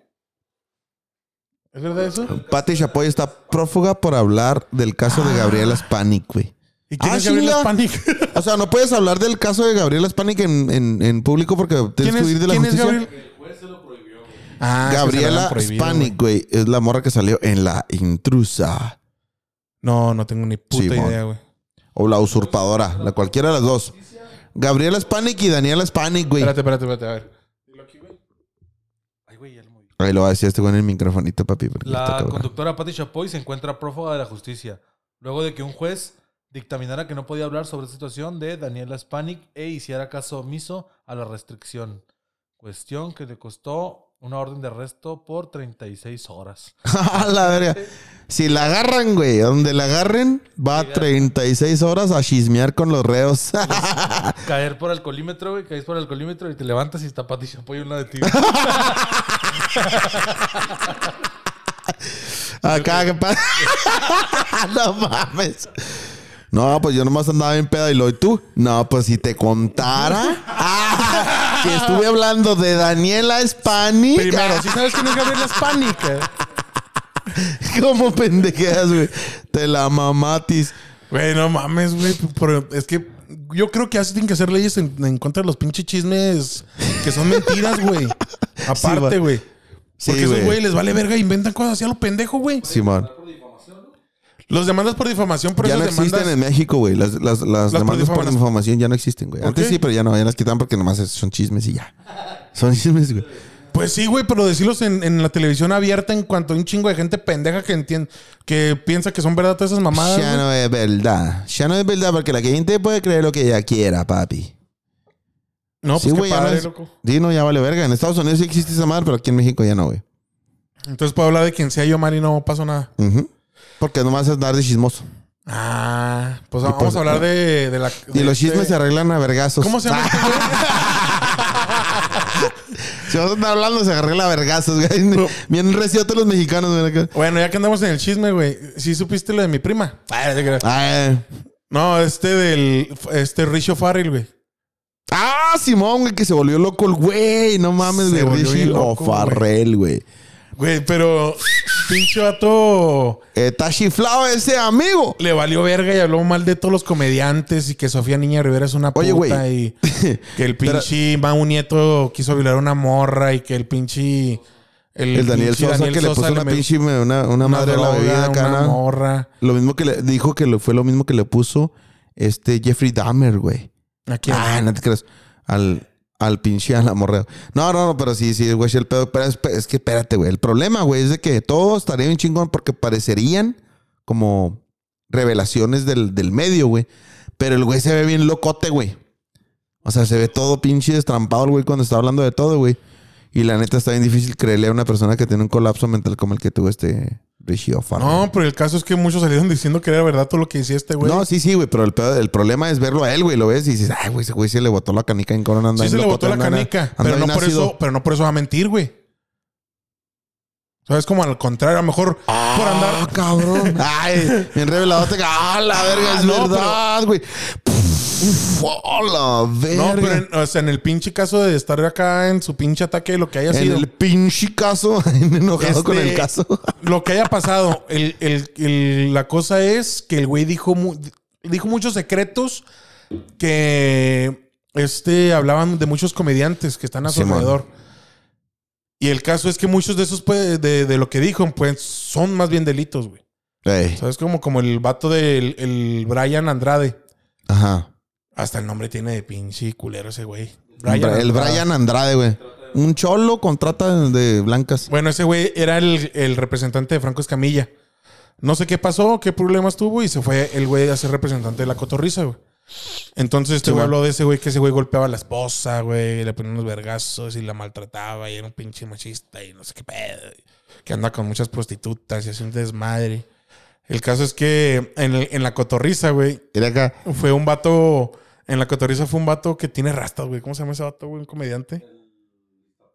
¿Es verdad eso?
Pati Chapoy está prófuga por hablar del caso de Gabriela Spanik, güey.
¿Y quién
Ah,
es Gabriela
chinga.
Spanik?
O sea, no puedes hablar del caso de Gabriela Spanik en, en- en público porque tienes
¿Quién
que
es,
huir de la
quién es
justicia.
Gabriel? Ah, es que se la
Gabriela
habían prohibido,
Spanik,
güey.
güey. Es la morra que salió en La Intrusa.
No, no tengo ni puta
Simón.
idea, güey.
O la usurpadora, la cualquiera de las dos. Gabriela Spanik y Daniela Spanik, güey.
Espérate, espérate, espérate, a ver.
Ay, güey, ya lo moví.
Ahí lo va a decir este güey en el microfonito, papi. porque está
La
cabrón.
conductora Patti Chapoy se encuentra prófuga de la justicia, luego de que un juez dictaminara que no podía hablar sobre la situación de Daniela Spanik e hiciera caso omiso a la restricción. Cuestión que le costó una orden de arresto por 36 horas.
A la verga. Si la agarran, güey, donde la agarren, va a 36 horas a chismear con los reos.
Caer por alcoholímetro, güey, caes por alcoholímetro y te levantas y está Patti Chapoy una de ti.
Ah,
Acá, que pasa? no mames. No, pues yo nomás andaba bien pedo y lo y tú. No, pues si te contara ah, que estuve hablando de Daniela Spani.
Primero, ¿sí sabes quién es Gabriela Spanik? eh?
Como pendejeas, güey. Te la mamatis.
Güey, no mames, güey. pero es que yo creo que así tienen que hacer leyes en, en contra de los pinches chismes que son mentiras, güey.
va.
Aparte, güey.
Sí,
Porque esos
güey.
güey les vale verga e inventan cosas así a lo pendejo, güey.
Simón.
Los demandas por difamación, pero
ya no
esas
existen
demandas.
en México, güey. Las, las, las
por
demandas por
difamación.
difamación ya no existen, güey.
¿Por
Antes
qué?
sí, pero ya no. Ya las quitan porque nomás es- son chismes y ya. Son chismes, güey.
Pues sí, güey, pero decirlos en, en la televisión abierta en cuanto a un chingo de gente pendeja que entiende, que piensa que son verdad todas esas mamadas.
Ya
güey.
no es verdad. Ya no es verdad porque la gente puede creer lo que ella quiera, papi.
No, pues
sí,
qué
güey, ya no
padre,
es-
loco.
Sí, no, ya vale verga. En Estados Unidos sí existe esa madre, pero aquí en México ya no, güey.
Entonces puedo hablar de quien sea yo mal y no pasó nada.
Ujú. Porque nomás es andar de chismoso.
Ah, pues vamos
pues,
a hablar de, de la.
Y
de
los
este-
chismes se arreglan a vergazos.
¿Cómo se llama este güey?
Si vas a andar hablando, se arregla a vergazos, güey. Bien reciotos los mexicanos, güey. acá.
Bueno, ya que andamos en el chisme, güey. ¿Sí supiste lo de mi prima? Ah, de que-
Ay.
No, este del... Este Richo Farrell, güey.
Ah, Simón, güey, que se volvió loco el güey. No mames,
Se
güey.
volvió
Richie
bien loco,
O'Farrell, güey.
Güey, pero... pinche vato...
Está chiflado Eh, ese amigo.
Le valió verga y habló mal de todos los comediantes y que Sofía Niña Rivera es una
Oye,
puta
güey.
y que el pinche Mau Nieto quiso violar a una morra y que el pinche...
El Daniel
pinche
Sosa que le puso
Sosa
una
metió
pinche me- una, una
una
madre a la
droga,
bebida acá,
una
¿no?
morra.
Lo mismo que le dijo que lo- fue lo mismo que le puso este Jeffrey Dahmer, güey.
Aquí.
Ah, no te creas. Al, al pinche a la morreo. No, no, no, pero sí, sí, güey, sí, el pedo. Pero es, es que espérate, güey. El problema, güey, es de que todo estaría bien chingón porque parecerían como revelaciones del, del medio, güey. Pero el güey se ve bien locote, güey. O sea, se ve todo pinche destrampado el güey cuando está hablando de todo, güey. Y la neta está bien difícil creerle a una persona que tiene un colapso mental como el que tuvo este Richie O'Farrell.
No, pero el caso es que muchos salieron diciendo que era verdad todo lo que decía este güey.
No, sí, sí, güey, pero el, pedo- el problema es verlo a él, güey. Lo ves y dices, ay, güey, ese güey se le botó la canica en corona. anda
Sí se
bien
le botó
locote,
la
anda-
canica,
anda
pero no,
bien
por
ácido.
eso, pero no por eso va a mentir, güey. ¿Sabes? Como al contrario, a lo mejor por
Ah,
andar...
cabrón. Ay, bien revelado. Te... Ah, la verga, es
Ah, no,
verdad, güey. Uf, hola, verga.
No, pero en, o sea, en el pinche caso de estar acá en su pinche ataque, lo que haya
en
sido,
el pinche caso, enojado con
Este-
el caso.
lo que haya pasado, el- el- el- la cosa es que el güey dijo, mu- dijo muchos secretos que este, hablaban de muchos comediantes que están a su
Simón.
alrededor. Y el caso es que muchos de esos, pues, de, de lo que dijo, pues, son más bien delitos, güey.
Ey,
¿Sabes? Como, como el vato del el Brian Andrade.
ajá.
Hasta el nombre tiene de pinche culero ese güey.
el
Andrade.
Brian Andrade, güey. Un cholo contrata de blancas.
Bueno, ese güey era el, el representante de Franco Escamilla. No sé qué pasó, qué problemas tuvo y se fue el güey a ser representante de la cotorriza, güey. Entonces este
Sí,
güey
güey.
habló de ese güey que ese güey golpeaba a la esposa, güey, le ponía unos vergazos y la maltrataba y era un pinche machista y no sé qué pedo. Que anda con muchas prostitutas y hace un desmadre. El caso es que en, el- en la cotorriza, güey,
Era acá.
fue un vato. En la cotorriza fue un vato que tiene rastas, güey. ¿Cómo se llama ese vato, güey? Un comediante.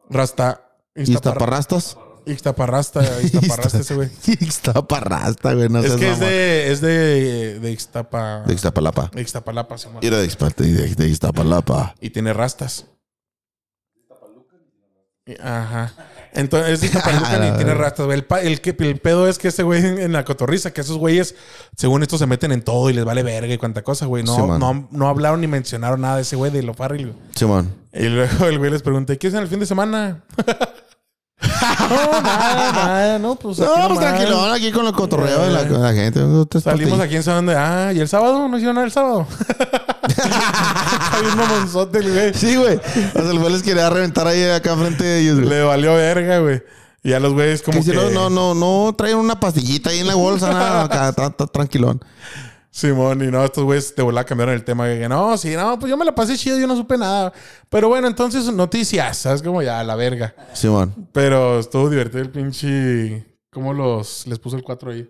Rasta. Iztapar-
¿Iztaparrastas?
Ixtaparrasta, Ixtaparrasta ese güey.
Ixtaparrasta, güey. No
Es
seas
que es
mamón.
de, es de, de Ixtapa.
De Ixtapalapa.
de Ixtapalapa, se llama.
Era de, Ixpa- de- de Ixtapalapa.
Y tiene rastas. Y- Ajá. Entonces, es de Ixtapalucan y tiene rastas, güey. El, pa- el, que- el pedo es que ese güey en, en la cotorriza, que esos güeyes, según esto, se meten en todo y les vale verga y cuanta cosa, güey. No,
Sí, man.
no, no hablaron ni mencionaron nada de ese güey de lo Farrell, güey.
Simón.
Y luego el güey les pregunté, ¿qué es en el fin de semana? no, nada, nada, no, pues. aquí
No, pues
nomás.
tranquilo, ahora aquí con los cotorreos de la, con la gente. Otras
Salimos
partes.
aquí en San dónde. Ah, ¿y el sábado? ¿No hicieron nada el sábado? Hay un mamonzote, el güey.
Sí, güey. O sea, el güey les quería reventar ahí acá frente de ellos, güey.
Le valió verga, güey. Y a los güeyes
Que
como que...
hicieron, no, no, no traen una pastillita ahí en la bolsa, nada, acá, está, está tranquilón.
Simón, y no, estos güeyes de volada cambiaron el tema. Que no, sí, no, pues yo me la pasé chido, yo no supe nada. Pero bueno, entonces noticias, ¿sabes? Como ya, a la verga.
Simón.
Pero estuvo divertido el pinche... ¿Cómo los... les puso el 4 ahí?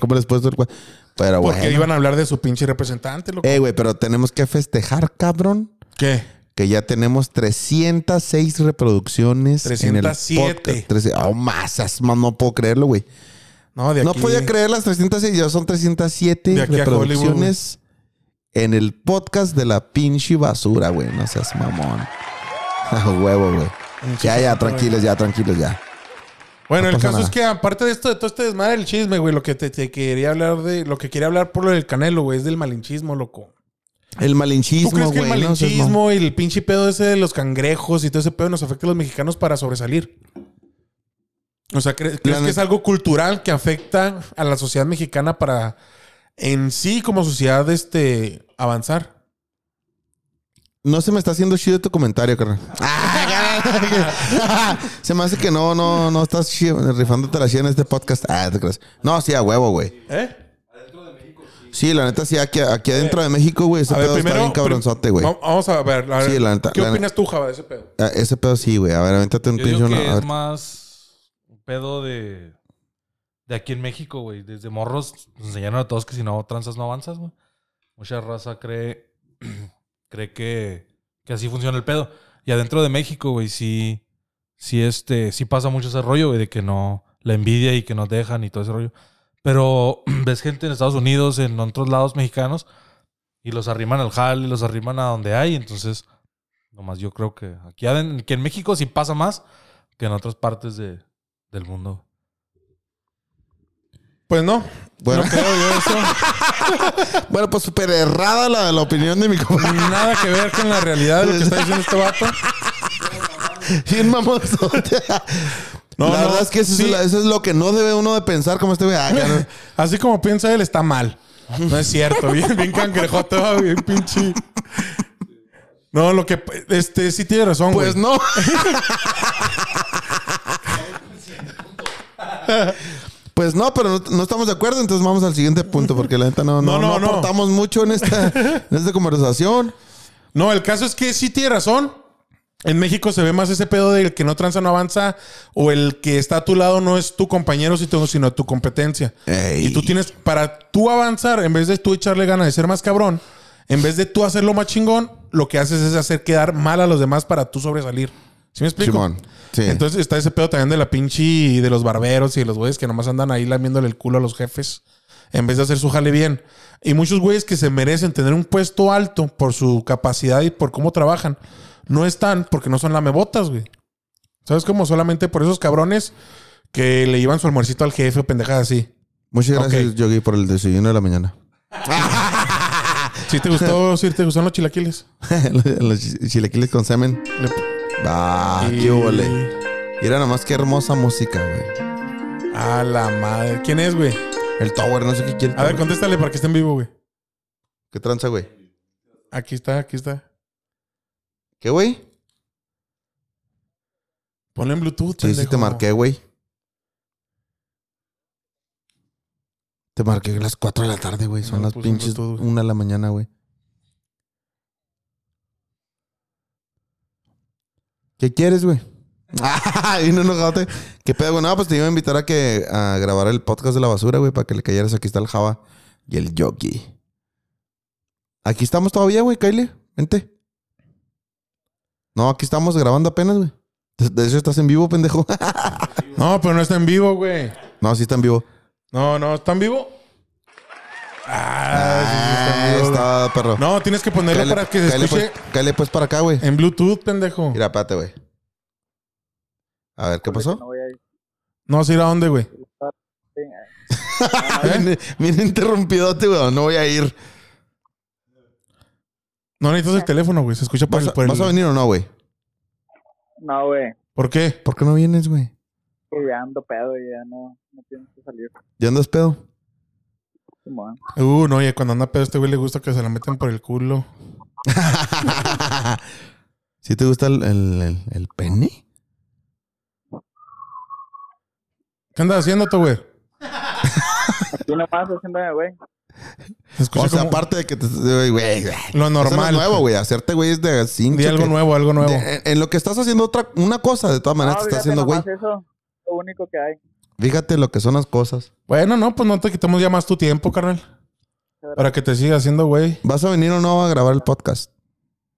¿Cómo les puedes el cua- Pero,
Porque
Ah, bueno.
iban a hablar de su pinche representante, loco.
Eh, güey, pero tenemos que festejar, cabrón,
¿Qué?
que ya tenemos 306 reproducciones.
307.
Trece- Oh, masas, man, no puedo creerlo, güey.
No, de aquí...
No podía creer las 306, ya son 307
De aquí a Hollywood,
reproducciones en el podcast de la pinche basura, güey. No seas mamón. A huevo, güey. Ya, ya, tranquilos, ya, tranquilos, ya.
Bueno,
No
el
pasa
caso
nada.
es que aparte de esto, de todo este desmadre del chisme, güey, lo que te, te quería hablar de, lo que quería hablar por lo del canelo, güey, es del malinchismo, loco.
El
¿Tú
malinchismo,
crees que
güey.
el
no seas
malinchismo
mamón.
y el pinche pedo ese de los cangrejos y todo ese pedo nos afecta a los mexicanos para sobresalir? O sea, ¿cre- ¿crees que
neta-
es algo cultural que afecta a la sociedad mexicana para en sí como sociedad este avanzar?
No se me está haciendo chido tu comentario, carnal. Ah, se me hace que no, no, no estás chido, rifándote la chida en este podcast. Ah, te creas. No, sí, a huevo, güey.
¿Eh?
Sí, la neta, sí, aquí, aquí adentro de México, güey, ese
A ver,
pedo está
primero.
bien cabronzote,
prim-
güey.
va- Vamos a ver. a ver,
Sí, la neta,
¿Qué
la neta.
opinas tú, Java, de ese pedo?
Ah, Ese pedo sí, güey. A ver, avéntate un
Yo digo
pinche una.
que
a
es
ver.
más un pedo de, de aquí en México, güey. Desde morros nos enseñaron a todos que si no tranzas no avanzas, güey. Mucha raza cree, cree que, que así funciona el pedo. Y adentro de México, güey, sí, sí, este, sí pasa mucho ese rollo, güey, de que no, la envidia y que nos dejan y todo ese rollo. Pero ves gente en Estados Unidos, en otros lados mexicanos, y los arriman al jal, y los arriman a donde hay. Entonces, nomás yo creo que aquí aden- que en México sí pasa más que en otras partes de, del mundo.
Pues no.
Bueno,
No creo yo eso.
bueno, pues súper errada la, la opinión de mi compa.
Nada que ver con la realidad de lo que está diciendo este vato.
Bien mamonzote.
No,
la
no,
verdad es que eso,
sí.
es la- eso es lo que no debe uno de pensar como este güey. Ah, carnal.
Así como piensa él, está mal. No es cierto. Bien, bien cangrejote, va, bien pinche. No, lo que. Este, sí tiene razón,
Pues
güey.
no. Pues no, pero no, no estamos de acuerdo, entonces vamos al siguiente punto, porque la neta no, no,
No,
no,
no, no.
aportamos mucho en esta, en esta conversación.
No, el caso es que sí tiene razón. En México se ve más ese pedo del que no tranza, no avanza, o el que está a tu lado no es tu compañero, si tu- sino tu competencia.
Ey.
Y tú tienes, para tú avanzar, en vez de tú echarle ganas de ser más cabrón, en vez de tú hacerlo más chingón, lo que haces es hacer quedar mal a los demás para tú sobresalir. ¿Sí me explico?
Simón, sí.
Entonces está ese pedo también de la pinche y de los barberos y de los güeyes que nomás andan ahí lamiéndole el culo a los jefes. en vez de hacer su jale bien. Y muchos güeyes que se merecen tener un puesto alto por su capacidad y por cómo trabajan, no están porque no son lamebotas, güey. ¿Sabes cómo? Solamente por esos cabrones que le llevan su almuercito al jefe o pendejadas así.
Muchas gracias,
Ok.
Yogi, por el desayuno de la mañana.
Si te gustó, si te gustaron los chilaquiles.
Los chi- chilaquiles con semen. Ah,
Y-
qué ole. Mira nomás qué hermosa música, güey.
A la madre. ¿Quién es, güey?
El Tower, no sé qué quiere.
A ver, contéstale para que esté en vivo, güey.
¿Qué tranza, güey?
Aquí está, aquí está.
¿Qué, güey?
Ponle en Bluetooth.
Sí, sí
pendejo.
te marqué, güey. Te marqué a las 4 de la tarde, güey. Son
No,
las
pues,
pinches
ando todo, güey.
1 de la mañana, güey. ¿Qué quieres, güey? Vino enojadote. ¿Qué pedo, güey? No, pues te iba a invitar a que a grabar el podcast de la basura, güey, para que le cayeras. Aquí está el Java y el Yogi. Aquí estamos todavía, güey, Kyle. Vente. No, aquí estamos grabando apenas, güey. De- De hecho, estás en vivo, pendejo.
No, pero no está en vivo, güey.
No, sí está en vivo.
No, no, ¿está en vivo? Ah, sí, sí, está en
Ah,
vivo, güey.
está, perro.
No, tienes que ponerlo
Cáele-
para que se
cáele,
escuche Eh.
Pues, cáele, pues, para acá, güey.
en Bluetooth, pendejo.
Mira, espérate, güey. A ver, ¿qué pasó?
No vas a ir a dónde, güey.
Bien, bien interrumpidote, güey. No voy a ir.
No necesitas el teléfono, güey. Se escucha por
¿Vas,
el,
a-
por el-
vas a venir o no, güey?
No, güey.
¿Por qué?
¿Por qué no vienes, güey?
que Ya ando pedo y ya no, no pienso salir.
¿Ya andas pedo?
Simón.
Uh, no, oye, cuando anda pedo a este güey le gusta que se la meten por el culo.
¿Sí te gusta el, el, el- el pene?
¿Qué andas haciendo tú, güey?
Aquí nomás haciéndome, güey.
Se escucha
O sea,
como
aparte de que te... Güey, güey.
lo
Eso no
normal.
es nuevo, güey. Hacerte, güey, es de cinco.
Di algo nuevo, algo nuevo.
En, en lo que estás haciendo otra, una cosa, de todas maneras
No,
te estás
fíjate
haciendo, güey.
nomás Eso, lo único que hay.
Fíjate lo que son las cosas.
Bueno, no, pues no te quitamos ya más tu tiempo, carnal. Para que te siga haciendo, güey.
¿Vas a venir o no a grabar el podcast?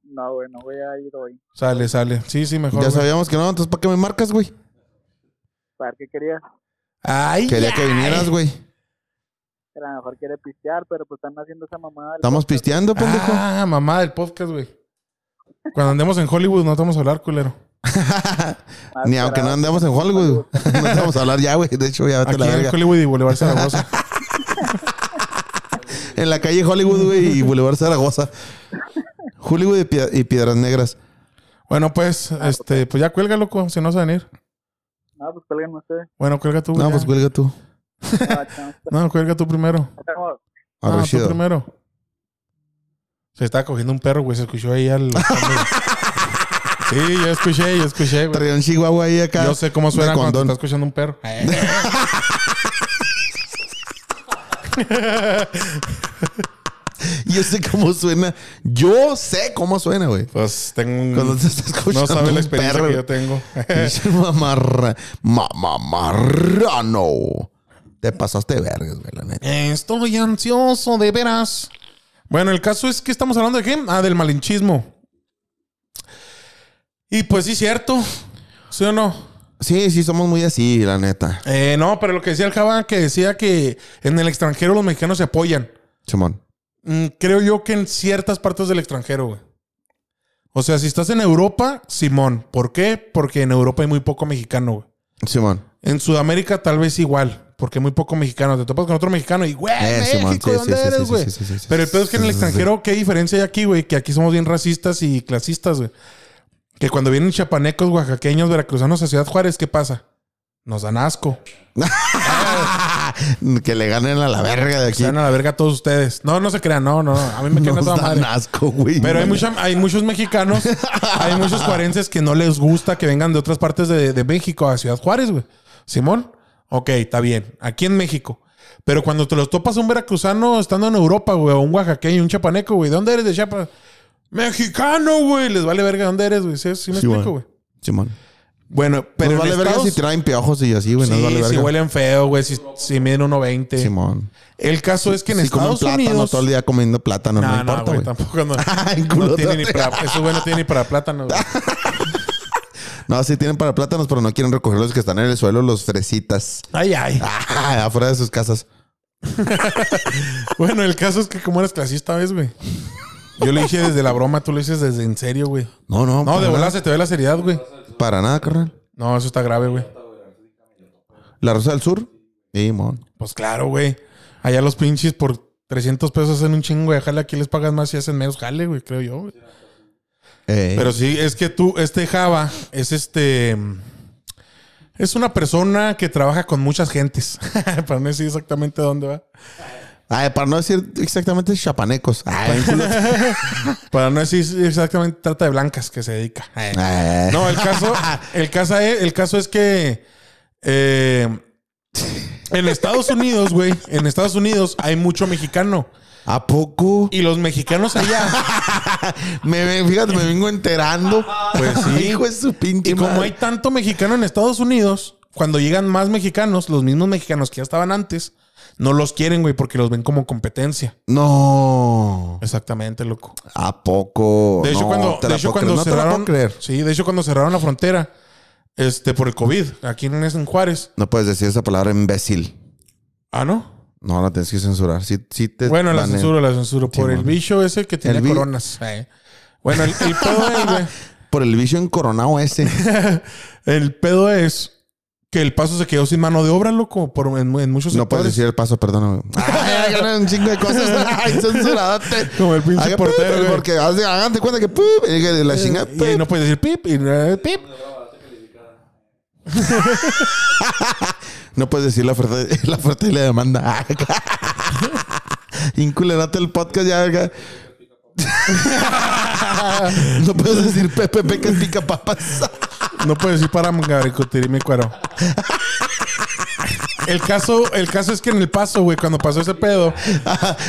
No, güey, no voy a ir hoy.
Sale, sale. Sí, sí, mejor.
ya
güey.
sabíamos que no, entonces ¿para qué me marcas, güey?
¿Para qué querías?
Ay,
Quería que vinieras, güey.
Que A lo mejor quiere pistear, pero pues están haciendo esa mamada. del
Estamos
podcast.
pisteando, pendejo.
Ah, mamá del podcast, güey. Cuando andemos en Hollywood no te vamos a hablar, culero. Ah,
Más
Ni aunque no
esperado.
andemos en Hollywood. no te vamos a hablar ya, güey. De hecho, ya vete a
Aquí
la
en
verga.
Hollywood y Boulevard Zaragoza.
En la calle Hollywood, güey, y Boulevard Zaragoza. Hollywood y, Pie- y Piedras Negras.
bueno, pues, este, pues ya cuelga, loco, si no vas a venir.
No, pues cuelguen ustedes.
Bueno, cuelga tú, güey.
No,
ya.
pues cuelga tú.
No, chance.
No, cuelga tú primero.
Estamos-
A
no, Ah,
ver,
tú
chido.
primero. Se está cogiendo un perro, güey. Se escuchó ahí al. sí, yo escuché, yo escuché, güey.
Traía un chihuahua ahí acá.
Yo sé cómo suena
de
cuando te
condón.
está escuchando un perro.
Yo sé cómo suena. Yo sé cómo suena, güey.
Pues tengo un.
Cuando te está escuchando
no sabes
un
la experiencia
perro,
que yo tengo.
Pinche mamarra, ma- mamarrano. Te pasaste de vergas, güey, la neta.
Eh, Estoy ansioso, de veras. Bueno, el caso es que estamos hablando de qué? Ah, del malinchismo. Y pues sí, cierto. ¿Sí o no?
Sí, sí, somos muy así, la neta.
Eh, no, pero lo que decía el Java, que decía que en el extranjero los mexicanos se apoyan.
Chimón.
Mm, creo yo que en ciertas partes del extranjero, güey. O sea, si estás en Europa, Simón. ¿Por qué? Porque en Europa hay muy poco mexicano, güey.
Simón.
En Sudamérica tal vez igual, porque hay muy poco mexicano. Te topas con otro mexicano y, güey,
Eh,
México,
Simón, sí, sí,
¿dónde
sí, sí,
eres,
sí,
güey?
sí, sí, sí, sí.
Pero el pedo es que en el
Sí, sí, sí.
extranjero, ¿qué diferencia hay aquí, güey? Que aquí somos bien racistas y clasistas, güey. Que cuando vienen chapanecos, oaxaqueños, veracruzanos a Ciudad Juárez, ¿qué pasa? Nos dan asco.
que le ganen a la verga de
Se
aquí.
dan a la verga todos ustedes. No, no se crean, no, no. A mí me quedan a
Nos
toda madre.
dan asco, güey.
Pero hay, mucha- hay muchos mexicanos, hay muchos cuarenses que no les gusta que vengan de otras partes de, de México a Ciudad Juárez, güey. Simón, ok, está bien. Aquí en México. Pero cuando te los topas a un veracruzano estando en Europa, güey, o un oaxaqueño, un chapaneco, güey, ¿de dónde eres de Chiapas? Mexicano, güey, les vale verga dónde eres, güey. ¿Sí, sí me
Sí,
explico, güey.
güey. Simón.
Bueno, pero
Pero
en
vale verga
Estados-
si traen piojos y así, güey.
Sí,
nos vale
si
verga.
huelen feo, güey, si, si miden 1.20.
Simón.
El caso Pues es que en
si comen
Estados
plátano
Unidos...
todo el día comiendo plátano, no,
No, no,
importa,
güey,
güey.
tampoco no.
Ay,
No
culote.
tiene ni para, eso, güey, no tiene ni para plátano. güey.
No, sí tienen para plátanos, pero no quieren recoger los que están en el suelo, los fresitas.
Ay, ay.
Ah, afuera de sus casas.
Bueno, el caso es que como eras clasista, ¿ves, güey? Yo le dije desde la broma, tú le dices desde en serio, güey.
No, no.
No,
para
de
nada.
volada se te ve la seriedad, güey.
Para nada, carnal.
No, eso está grave, güey.
La Rosa del Sur. Sí, mon.
Pues claro, güey. Allá los pinches por 300 pesos hacen un chingo de jale. Aquí les pagas más y hacen menos jale, güey, creo yo, güey.
Ey.
Pero sí, es que tú, este Java es este. mm, Es una persona que trabaja con muchas gentes. Para no decir exactamente dónde va.
Ay, para no decir exactamente chapanecos. Ay,
Para no decir exactamente trata de blancas que se dedica.
Eh. Ay.
No, el caso, el caso es, el caso es que eh, en Estados Unidos, güey, en Estados Unidos hay mucho mexicano.
¿A poco?
Y los mexicanos allá,
Me, me- fíjate, me vengo enterando.
pues sí.
Hijo de su pinche
Y como
madre.
hay tanto mexicano en Estados Unidos, cuando llegan más mexicanos, los mismos mexicanos que ya estaban antes, no los quieren, güey, porque los ven como competencia.
No.
Exactamente, loco.
¿A poco?
De hecho,
Oh, No,
cuando,
te
de
la
hecho,
puedo
cuando
creer. no te la
cerraron.
puedo creer.
Sí, de hecho, cuando cerraron la frontera, este, por el COVID, aquí en, en Juárez.
No puedes decir esa palabra imbécil.
Ah, ¿no?
No, la tienes que censurar. Sí, sí te
Bueno, la
banean.
censuro, la censuro. Por el
Este Simón.
bicho ese que tiene
El bi-
coronas. Eh. Bueno, el, el pedo es, güey,
Por el bicho encoronado ese.
el pedo es que el paso se quedó sin mano de obra, loco, por, en, en muchos
No puedes
sectores.
decir el paso, perdóname. Ay, ganan un chingo de cosas. Ay, censuradote.
Como el pinche
Haga
portero,
pip,
güey. Eh,
Porque haz de- háganse cuenta que pip, y que la pues, chinga
Y ahí no puedes decir pip y eh, pip.
No puedes decir la oferta, la oferta y la demanda. Inculerate el podcast ya, verga. no puedes decir PPP que pica papas.
No puedes decir para mangaricotir mi cuero. El caso, el caso es que en el paso, güey, cuando pasó ese pedo.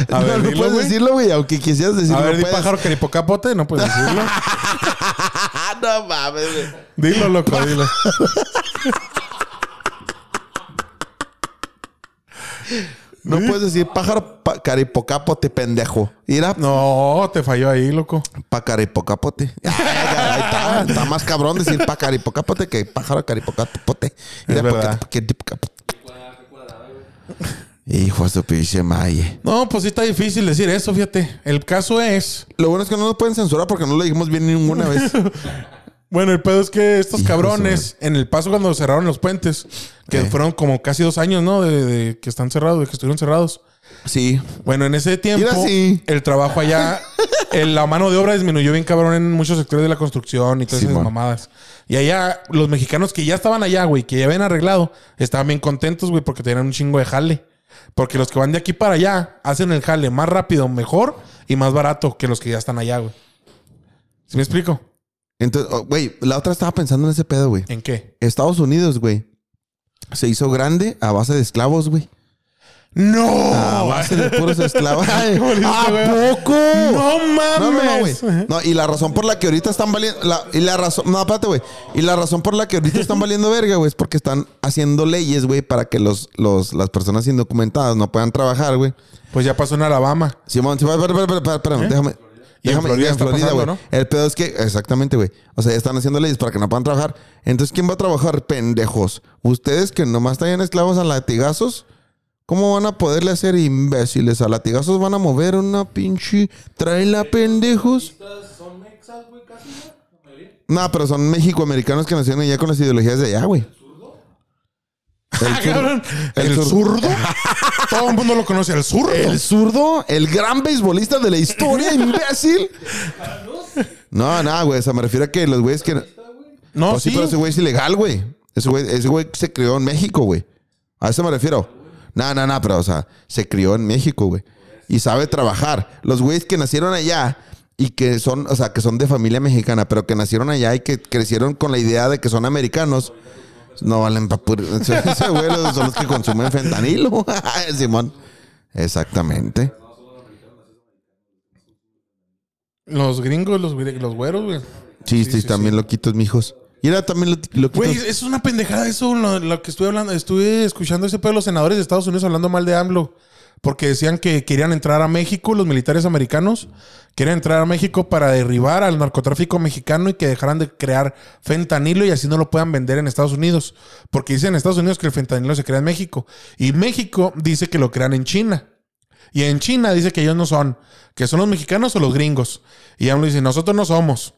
no,
ver,
no
dilo,
puedes
güey.
decirlo, güey. Aunque quisieras decirlo.
A ver,
no
di
puedes.
pájaro caripocapote, no puedes decirlo.
Ah, no mames, güey.
Dilo, loco, dilo.
No puedes decir pájaro pa- caripocapote, pendejo. Mira,
No, te falló ahí, loco.
pacaripocapote. Ay, caray, está, está más cabrón decir pacaripocapote que pájaro caripocapote. Mira,
Es verdad.
porque- porque- Hijo de su pinche maye.
No, pues sí está difícil decir eso, fíjate. El caso es.
Lo bueno es que no nos pueden censurar porque no lo dijimos bien ninguna vez.
Bueno, el pedo es que estos
Hijo de su
cabrones, en el paso cuando cerraron los puentes, que
Eh.
fueron como casi dos años, ¿no? De, de que están cerrados, de que estuvieron cerrados.
Sí.
Bueno, en ese tiempo,
Mira, sí.
el trabajo allá, el- la mano de obra disminuyó bien cabrón en muchos sectores de la construcción y todas esas
Simón.
mamadas. Y allá, los mexicanos que ya estaban allá, güey, que ya habían arreglado, estaban bien contentos, güey, porque tenían un chingo de jale. Porque los que van de aquí para allá hacen el jale más rápido, mejor y más barato que los que ya están allá, güey. ¿Sí me explico?
Entonces, oh, güey, la otra estaba pensando en ese pedo, güey.
¿En qué?
Estados Unidos, güey. Se hizo grande a base de esclavos, güey.
¡No!
A
Oh.
base de puros esclavos. Ah, Ay,
bonito, güey.
¿A poco?
¡No mames!
No, no, no, güey. No, y la razón por la que ahorita están valiendo. la- y la razón. No, espérate, güey. Y la razón por la que ahorita están valiendo verga, güey, es porque están haciendo leyes, güey, para que los, los, las personas indocumentadas no puedan trabajar, güey.
Pues ya pasó en Alabama.
Simón, Simón, espera, espera, espera, espera, espérame, déjame.
¿Eh? Y en
déjame,
Florida está pasando,
güey.
¿no?
El pedo es que, exactamente, güey. O sea, están haciendo leyes para que no puedan trabajar. Entonces, ¿quién va a trabajar, pendejos? Ustedes que nomás traen esclavos a latigazos, ¿cómo van a poderle hacer imbéciles? A latigazos van a mover una pinche traila, pendejos.
Son mexas, güey, casi, ¿no? La mayoría.
No, pero son mexicoamericanos que nacieron ya con las ideologías de allá, güey.
Ah, cabrón.
el
El,
zurdo.
zurdo. Todo el mundo lo conoce, el zurdo.
El zurdo, el gran beisbolista de la historia, imbécil. No, no, güey. O sea, me refiero a que los güeyes que.
no,
Pues sí,
Oh, sí.
pero ese güey es ilegal, güey. Ese güey, ese güey se crió en México, güey. A eso me refiero. No, no, no, pero, o sea, se crió en México, güey. Y sabe trabajar. Los güeyes que nacieron allá y que son, o sea, que son de familia mexicana, pero que nacieron allá y que crecieron con la idea de que son americanos, no valen pa' pur- Ese ese güey los- son los que consumen fentanilo, Simón. Exactamente.
Los gringos, los, güe- los güeros, güey.
Chistes
Sí, sí,
también loquitos, mijos. Y era también lo, loquitos.
Güey, eso es una pendejada eso, lo, lo que estuve hablando. Estuve escuchando ese pedo de los senadores de Estados Unidos hablando mal de AMLO. porque decían que querían entrar a México, los militares americanos querían entrar a México para derribar al narcotráfico mexicano y que dejaran de crear fentanilo y así no lo puedan vender en Estados Unidos, porque dicen en Estados Unidos que el fentanilo se crea en México y México dice que lo crean en China. Y en China dice que ellos no son, que son los mexicanos o los gringos. Y AMLO dice, nosotros no somos.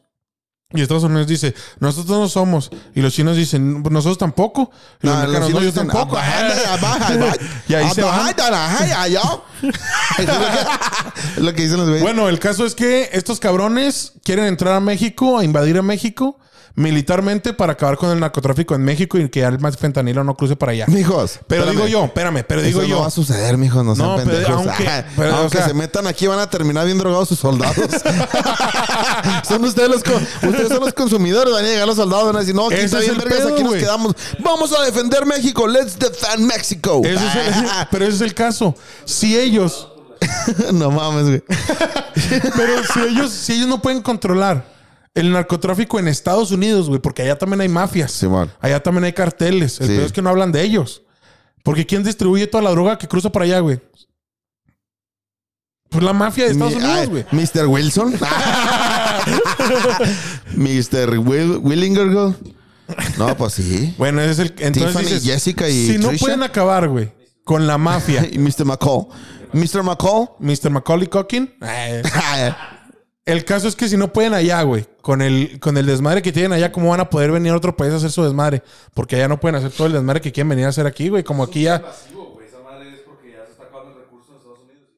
Y Estados Unidos dice, nosotros no somos. Y los chinos dicen, nosotros tampoco. Y los
No,
mexicanos,
Ah, los
no,
chinos
yo
dicen,
tampoco.
"Abaja, abaja, abaja".
Y ahí se
Abaja,
van.
abaja, allá. Es lo que dicen los güeyes.
Bueno, el caso es que estos cabrones quieren entrar a México, a invadir a México militarmente para acabar con el narcotráfico en México y que el más fentanilo no cruce para allá.
mijos.
Pero
espérame.
digo yo, espérame, pero digo
Eso
yo.
No va a suceder, mijo. No, sean
No, pero
pendejos.
aunque-
Ah,
pero, o
aunque
sea-
se metan aquí, van a terminar bien drogados sus soldados. son ustedes los, co- ustedes son los consumidores. Van a llegar los soldados. Van a decir, no, aquí
Ese
está
es
bien,
el
vergas.
pedo,
aquí nos
güey.
quedamos. Vamos a defender México. Let's defend Mexico.
Ese es el- pero ese es el caso. Si ellos,
Ah, no mames, güey.
pero si ellos, si ellos no pueden controlar el narcotráfico en Estados Unidos, güey, porque allá también hay mafias.
Simón.
Allá también hay carteles. El
Sí.
peor es que no hablan de ellos. Porque ¿quién distribuye toda la droga que cruza para allá, güey? Pues la mafia de Estados
Mi-
Unidos,
ay,
güey.
Mr. Wilson. Mr. Will, Willinger. güey. No, pues sí.
Bueno, ese es el. Entonces
Tiffany,
dices,
Jessica y
Si no
Trisha.
pueden acabar, güey, con la mafia,
Y Mr. McCall. Mr. McCall.
Mr. Macaulay Culkin. eh, El caso es que si no pueden allá, güey, con el, con el desmadre que tienen allá, ¿cómo van a poder venir a otro país a hacer su desmadre? Porque allá no pueden hacer todo el desmadre que quieren venir a hacer aquí, güey. Como aquí ya.
Pasivo, güey. Esa madre es porque ya se está acabando el recurso de Estados Unidos.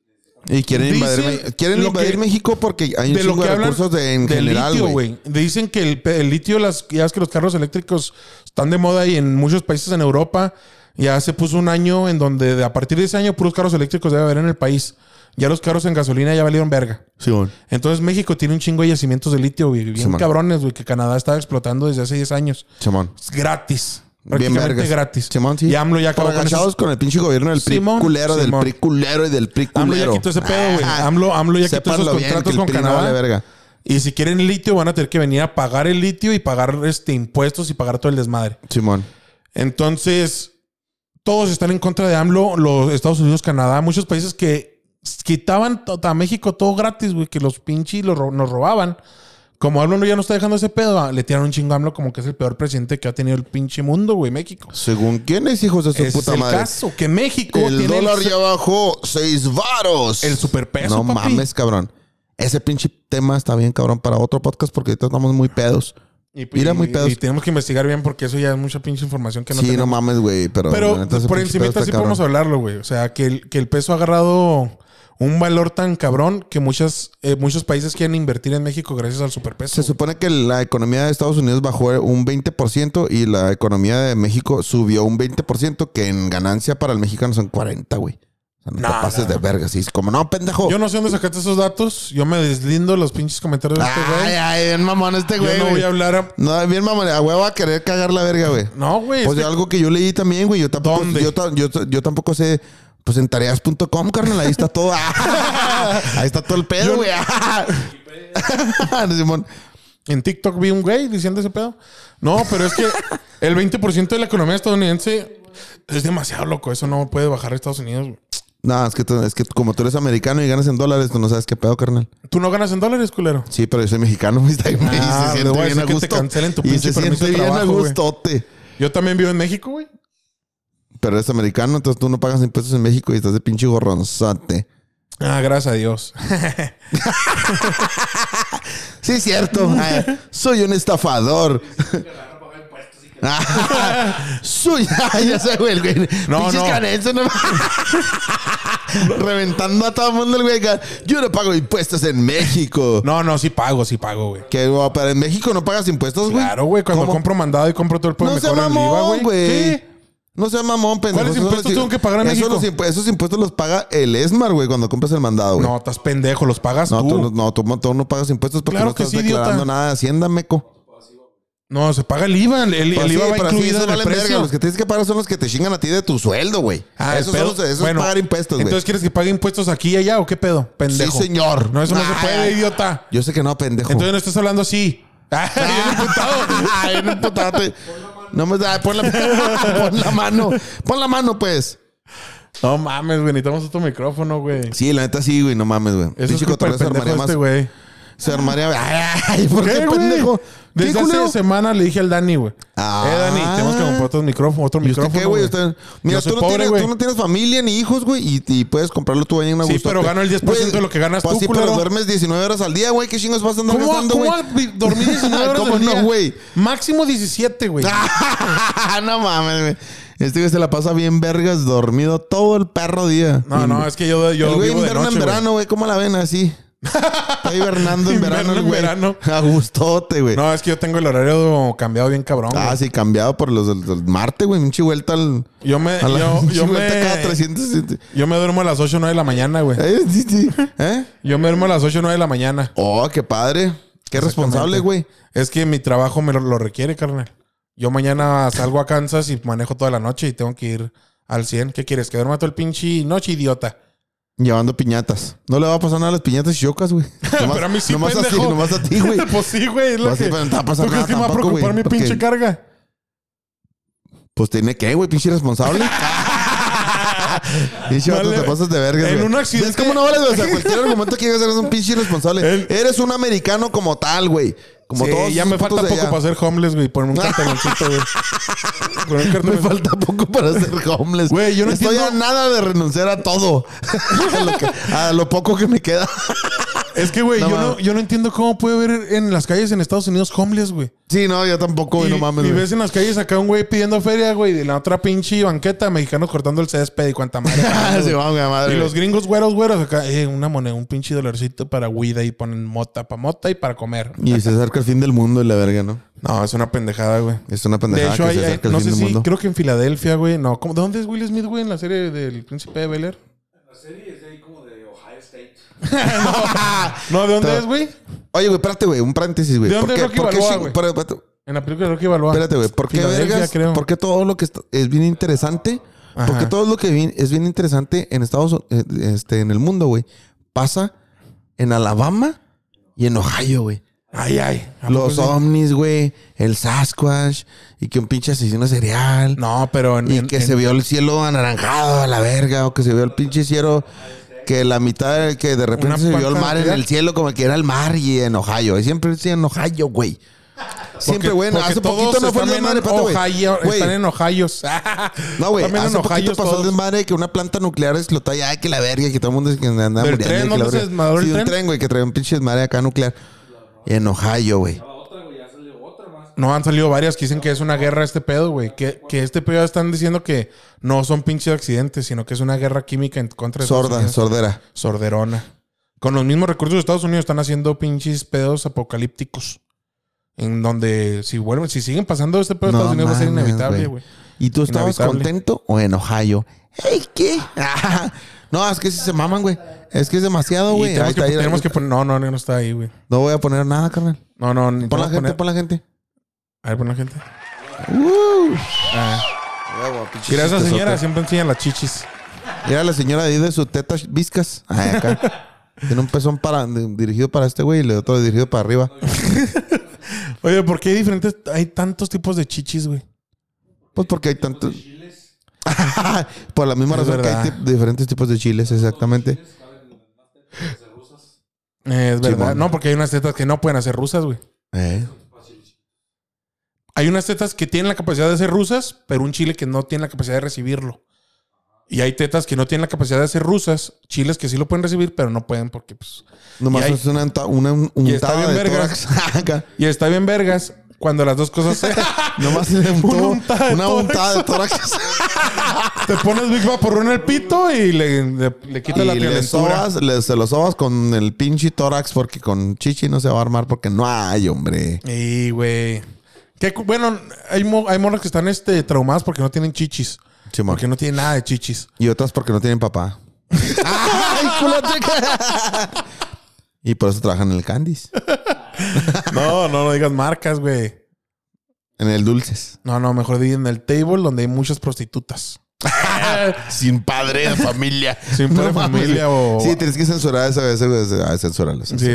Y quieren
Dice
invadir, Me- quieren
lo
invadir
que-
México porque hay un
de lo
chingo
que
de
hablan
recursos de, en
del
general,
litio,
güey.
güey. Dicen que el, pe- el litio, las, ya es que los carros eléctricos están de moda y en muchos países en Europa ya se puso un año en donde de- a partir de ese año puros carros eléctricos debe haber en el país. Ya los carros en gasolina ya valieron verga.
Simón.
Entonces México tiene un chingo de yacimientos de litio, güey. Bien
Simón.
cabrones, güey, que Canadá estaba explotando desde hace 10 años.
Simón.
Es pues, gratis.
Bien
Prácticamente
vergas.
gratis.
Simón, sí.
Y AMLO ya
Por
acabó con
agachados
esos-
con el pinche gobierno del PRI
Simón,
culero, del
Simón.
PRI culero y del PRI
AMLO ya
culero.
quitó ese pedo, güey.
Ah,
AMLO, AMLO ya quitó
sépanlo
esos
bien,
contratos
que el
con
PRI no
Canadá.
vale verga.
Y si quieren litio, van a tener que venir a pagar el litio y pagar este, impuestos y pagar todo el desmadre.
Simón.
Entonces, todos están en contra de AMLO, los Estados Unidos, Canadá, muchos países que quitaban to- a México todo gratis, güey, que los pinches los ro- nos robaban. Como AMLO ya no está dejando ese pedo, ah, le tiraron un chingo a AMLO como que es el peor presidente que ha tenido el pinche mundo, güey, México.
Según quiénes, hijos de su
Ese
puta
es el
madre.
caso, que México
El
tiene
dólar
el,
ya bajó seis varos.
el superpeso,
No
papi.
mames, cabrón. Ese pinche tema está bien, cabrón, para otro podcast porque ahorita estamos muy pedos.
Y, pues,
Mira, muy
y-
pedos.
y tenemos que investigar bien porque eso ya es mucha pinche información que no
sí, no
tenemos.
mames, güey, pero...
Pero
la neta, ese
por
pinche pedo
encimita
está
sí
cabrón.
podemos hablarlo, güey. O sea, que el, que el peso ha agarrado un valor tan cabrón que muchas, eh, muchos países quieren invertir en México gracias al superpeso.
Se supone que la economía de Estados Unidos bajó un 20% y la economía de México subió un 20%, que en ganancia para el mexicano son 40, güey. O sea, no, te
No,
pases
no.
de verga. Sí, es como, no, pendejo.
Yo no sé dónde sacaste esos datos. Yo me deslindo los pinches comentarios de este
ay,
güey.
ay, bien mamón este
Yo
güey.
no voy
güey.
a hablar a...
No, bien mamón. A huevo va a querer cagar la verga, güey.
No, güey.
Pues
este-
de algo que yo leí también, güey. Yo tampoco,
¿Dónde?
Yo, ta- yo ta- yo tampoco sé. Pues en tareas.com, carnal, ahí está todo. ahí está todo el pedo, güey. Simón.
En TikTok vi un güey diciendo ese pedo. No, pero es que el 20% de la economía estadounidense es demasiado loco. Eso no puede bajar a Estados Unidos, güey.
No, es que, tú- es que como tú eres americano y ganas en dólares, tú no sabes qué pedo, carnal.
Tú no ganas en dólares, culero.
Sí, pero yo soy mexicano, güey, está bien, y
Ah,
se
le
siente
voy a
bien
decir
a
que te
gusto.
cancelen tu
y
pinche
se
permiso
siente
de
bien a
trabajo, güey.
gustote.
Yo también vivo en México, güey.
Pero eres americano, entonces tú no pagas impuestos en México y estás de pinche gorronzote.
Ah, gracias a Dios.
Sí, es cierto. Ay, soy un estafador. Ah, soy, ay, ya sé, güey, el güey.
No,
Pinches
no.
canadienses, no. Reventando a todo el mundo el güey. acá, Yo no pago impuestos en México.
No, no, sí pago, sí pago, güey.
Que, güey, pero en México no pagas impuestos, güey.
Claro, güey. Cuando
¿Cómo?
compro mandado y compro todo el
No
me
sea
cobran el IVA,
mamón, güey.
Sí.
No sea mamón, pendejo.
¿Cuáles
Esos son
impuestos
los-
tengo que pagar en
esos
México?
los impu- esos impuestos los paga el ESMAR, güey, cuando compras el mandado, güey.
No, estás pendejo, los pagas
No,
tú.
tú, no- no, tú, tú no pagas impuestos porque
Claro
no
que
estás
sí, idiota.
declarando nada de Hacienda, meco.
No, se paga el IVA. El, el
Pues sí,
IVA va
pero sí,
incluido
esos
en el
valen verga.
precio.
Los que tienes que pagar son los que te chingan a ti de tu sueldo, güey.
Ah, el
esos
pedo.
son los, esos
Bueno,
pagar impuestos, güey.
Entonces, ¿quieres que pague impuestos aquí y allá o qué pedo? Pendejo.
Sí, señor.
No, eso no
Ah.
se puede, idiota.
Yo sé que no, pendejo.
Entonces no estás hablando así. Ah, bien emputado.
Ay, no putate. No me da, pon la, pon la mano. Pon la mano, pues.
No mames, güey. Necesitamos otro micrófono, güey.
Sí, la neta sí, güey, no mames, güey.
Eso es
Pinche
culpa del
cotorreo se
pendejo
armaría más.
este, güey.
Se armaría. Ay, ¿por qué,
güey?
pendejo?
Desde
¿Qué,
hace
culero?
semana le dije al Dani, güey.
Ah.
Eh, Dani, tenemos que comprar otro micrófono. Otro
¿Y usted
micrófono,
qué, güey? Usted- Mira,
Yo soy
tú no,
pobre,
tienes,
güey.
tú no tienes familia ni hijos, güey, y, y puedes comprarlo tú ahí en una
Sí,
gustote.
pero gano el 10%
Güey,
de lo que ganas
pues
tú,
sí, pero
culero.
duermes 19 horas al día, güey. ¿Qué chingos vas a andar
¿Cómo,
gastando,
¿cómo
güey?
dormí 19 horas
¿Cómo
al
no,
día?
güey? Ah,
Máximo 17, güey.
no mames, güey. Este güey se la pasa bien vergas dormido todo el perro día.
No, no, es que yo, yo
el güey
vivo de
inverna
noche,
en
güey.
verano, güey. ¿Cómo la ven así? Está hibernando en
Inverna
verano el
en
güey.
verano.
A gustote, güey.
No, es que yo tengo el horario cambiado bien cabrón,
ah,
güey.
sí, cambiado por los del del martes, güey. Pinche vuelta al...
Yo me,
A la
yo,
pinche
yo
vuelta cada
me,
300...
yo me duermo a las 8 o 9 de la mañana, güey.
Eh, sí, sí. ¿Eh?
Yo me duermo a las 8 o 9 de la mañana.
Oh, qué padre. Qué responsable, güey.
Es que mi trabajo me lo, lo requiere, carnal. Yo mañana salgo a Kansas y manejo toda la noche y tengo que ir al 100. ¿Qué quieres? Que duerma todo el pinche noche, idiota.
Llevando piñatas. No le va a pasar nada a las piñatas chocas, güey. Nomás-
Pero a mí sí,
nomás a ti,
pendejo.
nomás a ti, güey.
pues sí, güey. es lo
Pues sí,
que-
pero no te va a pasar
¿Tú crees que
nada
me va a
tampoco,
preocupar mi
güey, porque-
pinche carga?
Pues tiene que, güey, pinche responsable. Pinche vato,
Vale.
te pasas de verga,
En
güey.
un accidente-
Es como no vales, o sea, cualquier argumento que llegas eres un pinche irresponsable.
El-
Eres un americano como tal, güey. Como
Sí,
todos.
ya
esos
me falta
putos de
poco
allá.
para ser homeless, güey. Ponerme un carteloncito, güey. Poner un
Me
cartelón.
falta poco para ser homeless.
Güey, yo no
Estoy
entiendo-
a nada de renunciar a todo. a, lo que- a lo poco que me queda.
Es que, güey,
No
yo,
mames.
no, yo no entiendo cómo puede haber en las calles en Estados Unidos homeless, güey.
Sí, no, yo tampoco, güey,
y,
no mames.
y
güey.
ves en las calles acá un güey pidiendo feria, güey, de la otra pinche banqueta, mexicanos cortando el césped y cuanta madre.
Ah,
güey.
se va, güey, a madre.
y
güey.
los gringos güeros, güeros acá, eh, una moneda, un pinche dolorcito para huida y ponen mota para mota y para comer.
Y se acerca el fin del mundo y la verga, ¿no?
No, es una pendejada, güey.
Es una
De
pendejada
hecho,
que
hay,
se
hay-
acerca el
no
fin
sé
del
si,
mundo.
creo que en Filadelfia, güey, no. ¿cómo- ¿De dónde es Will Smith, güey, en la serie del Príncipe de Bel Air?
La serie es de ahí como de Ohio State.
No, ¿de dónde
Está-
es, güey?
Oye, güey, espérate, güey, un paréntesis, güey.
¿De dónde es Rocky
por qué
Balboa,
ching-
güey?
por- espérate,
En la película de Rocky Balboa.
Espérate, güey, ¿por qué
Filadelfia,
vergas?
creo.
¿Por qué todo lo que está- es bien interesante?
Ajá.
Porque todo lo que bien- es bien interesante en Estados eh, este en el mundo, güey, pasa en Alabama y en Ohio, güey.
Ay, ay. ¿A poco
Los
sí?
ovnis, güey, el Sasquatch y que un pinche asesino serial.
No, pero en,
Y
en-
que
en-
se vio el cielo anaranjado a la verga, o que se vio el pinche cielo, que la mitad, que de repente
Una
se vio el
cuanta
mar en
cantidad.
el cielo, como que era el mar y en Ohio. Y siempre sí, en Ohio, güey. Siempre, güey.
porque
Hace
todos
poquito no fue
están
el
en
desmadre, espérate, güey.
Ohio,
Güey,
Están en Ohio.
No, güey.
También
Hace
en Ohio
poquito pasó el
todos.
desmadre que una planta nuclear explotó allá, que la verga, que todo el mundo que andaba
¿Del
muriendo.
tren?
que la
¿Dónde
verga.
se desmadró el
Sí, un
tren?
tren, güey, que traía un pinche desmadre acá nuclear. En Ohio, güey.
La otra, güey, ya salió otra más.
No, han salido varias que dicen que es una guerra este pedo, güey. Que, que este pedo ya están diciendo que no son pinches accidentes, sino que es una guerra química en contra de Estados
Sorda,
Unidos.
sordera.
sorderona. Con los mismos recursos de Estados Unidos están haciendo pinches pedos apocalípticos. En donde si vuelven, si siguen pasando este pedo,
No
Estados Unidos va a ser
mames,
inevitable,
güey.
güey.
¿Y tú estabas
Inevitable.
contento o en Ohio? ¡Ey, qué! Ah, no, es que sí se maman, güey. Es que es demasiado,
Y
güey. Ahí
tenemos, que,
está, ahí-
tenemos que poner. No, no, no, no está ahí, güey.
No voy a poner nada, carnal.
No, no, ni
Pon la
tenemos que
gente,
poner-
pon la gente.
A ver, pon la gente.
Uh.
Ah. Mira, esa señora siempre enseña las chichis.
Mira la señora ahí de su teta viscas. Ay, acá. Tiene un pezón para, dirigido para este güey y le otro dirigido para arriba.
Oye, ¿por qué hay diferentes. Hay tantos tipos de chichis, güey?
Pues porque hay tantos. Por la misma
Es
razón que hay
verdad.
tip- diferentes tipos de chiles, exactamente.
Eh, es
Sí,
verdad.
bueno.
No, porque hay unas tetas que no pueden hacer rusas, güey.
Eh.
Hay unas tetas que tienen la capacidad de ser rusas, pero un chile que no tiene la capacidad de recibirlo. Y hay tetas que no tienen la capacidad de ser rusas, chiles que sí lo pueden recibir, pero no pueden porque, pues.
Nomás
Y hay-
es una, unta- una un-
Y está
untada
bien
de
verga.
tórax. Acá.
Y está bien, vergas, cuando las dos cosas se.
Nomás se le
Una
untó
untada de
una
tórax.
untada de tórax.
te pones Big Vaporru en el pito y le, le, le quitas la
Y le
violentura.
sobas, le- se lo sobas con el pinche tórax porque con chichi no se va a armar porque no hay, hombre.
Y, güey. Qué cu- Bueno, hay, mo- hay morras que están este, traumadas porque no tienen chichis.
Simón.
Porque no tienen nada de chichis.
Y otras porque no tienen papá. ¡Ay, culo, chica! y por eso trabajan en el Candice,
No, no, no digas marcas, güey.
en el Dulces.
No, no, mejor di en el table donde hay muchas prostitutas.
Sin padre de familia.
Sin padre de
mames.
familia o-
Sí, tienes que censurar esa vez. güey. Ah, Censúralo.
Sí, sí, sí.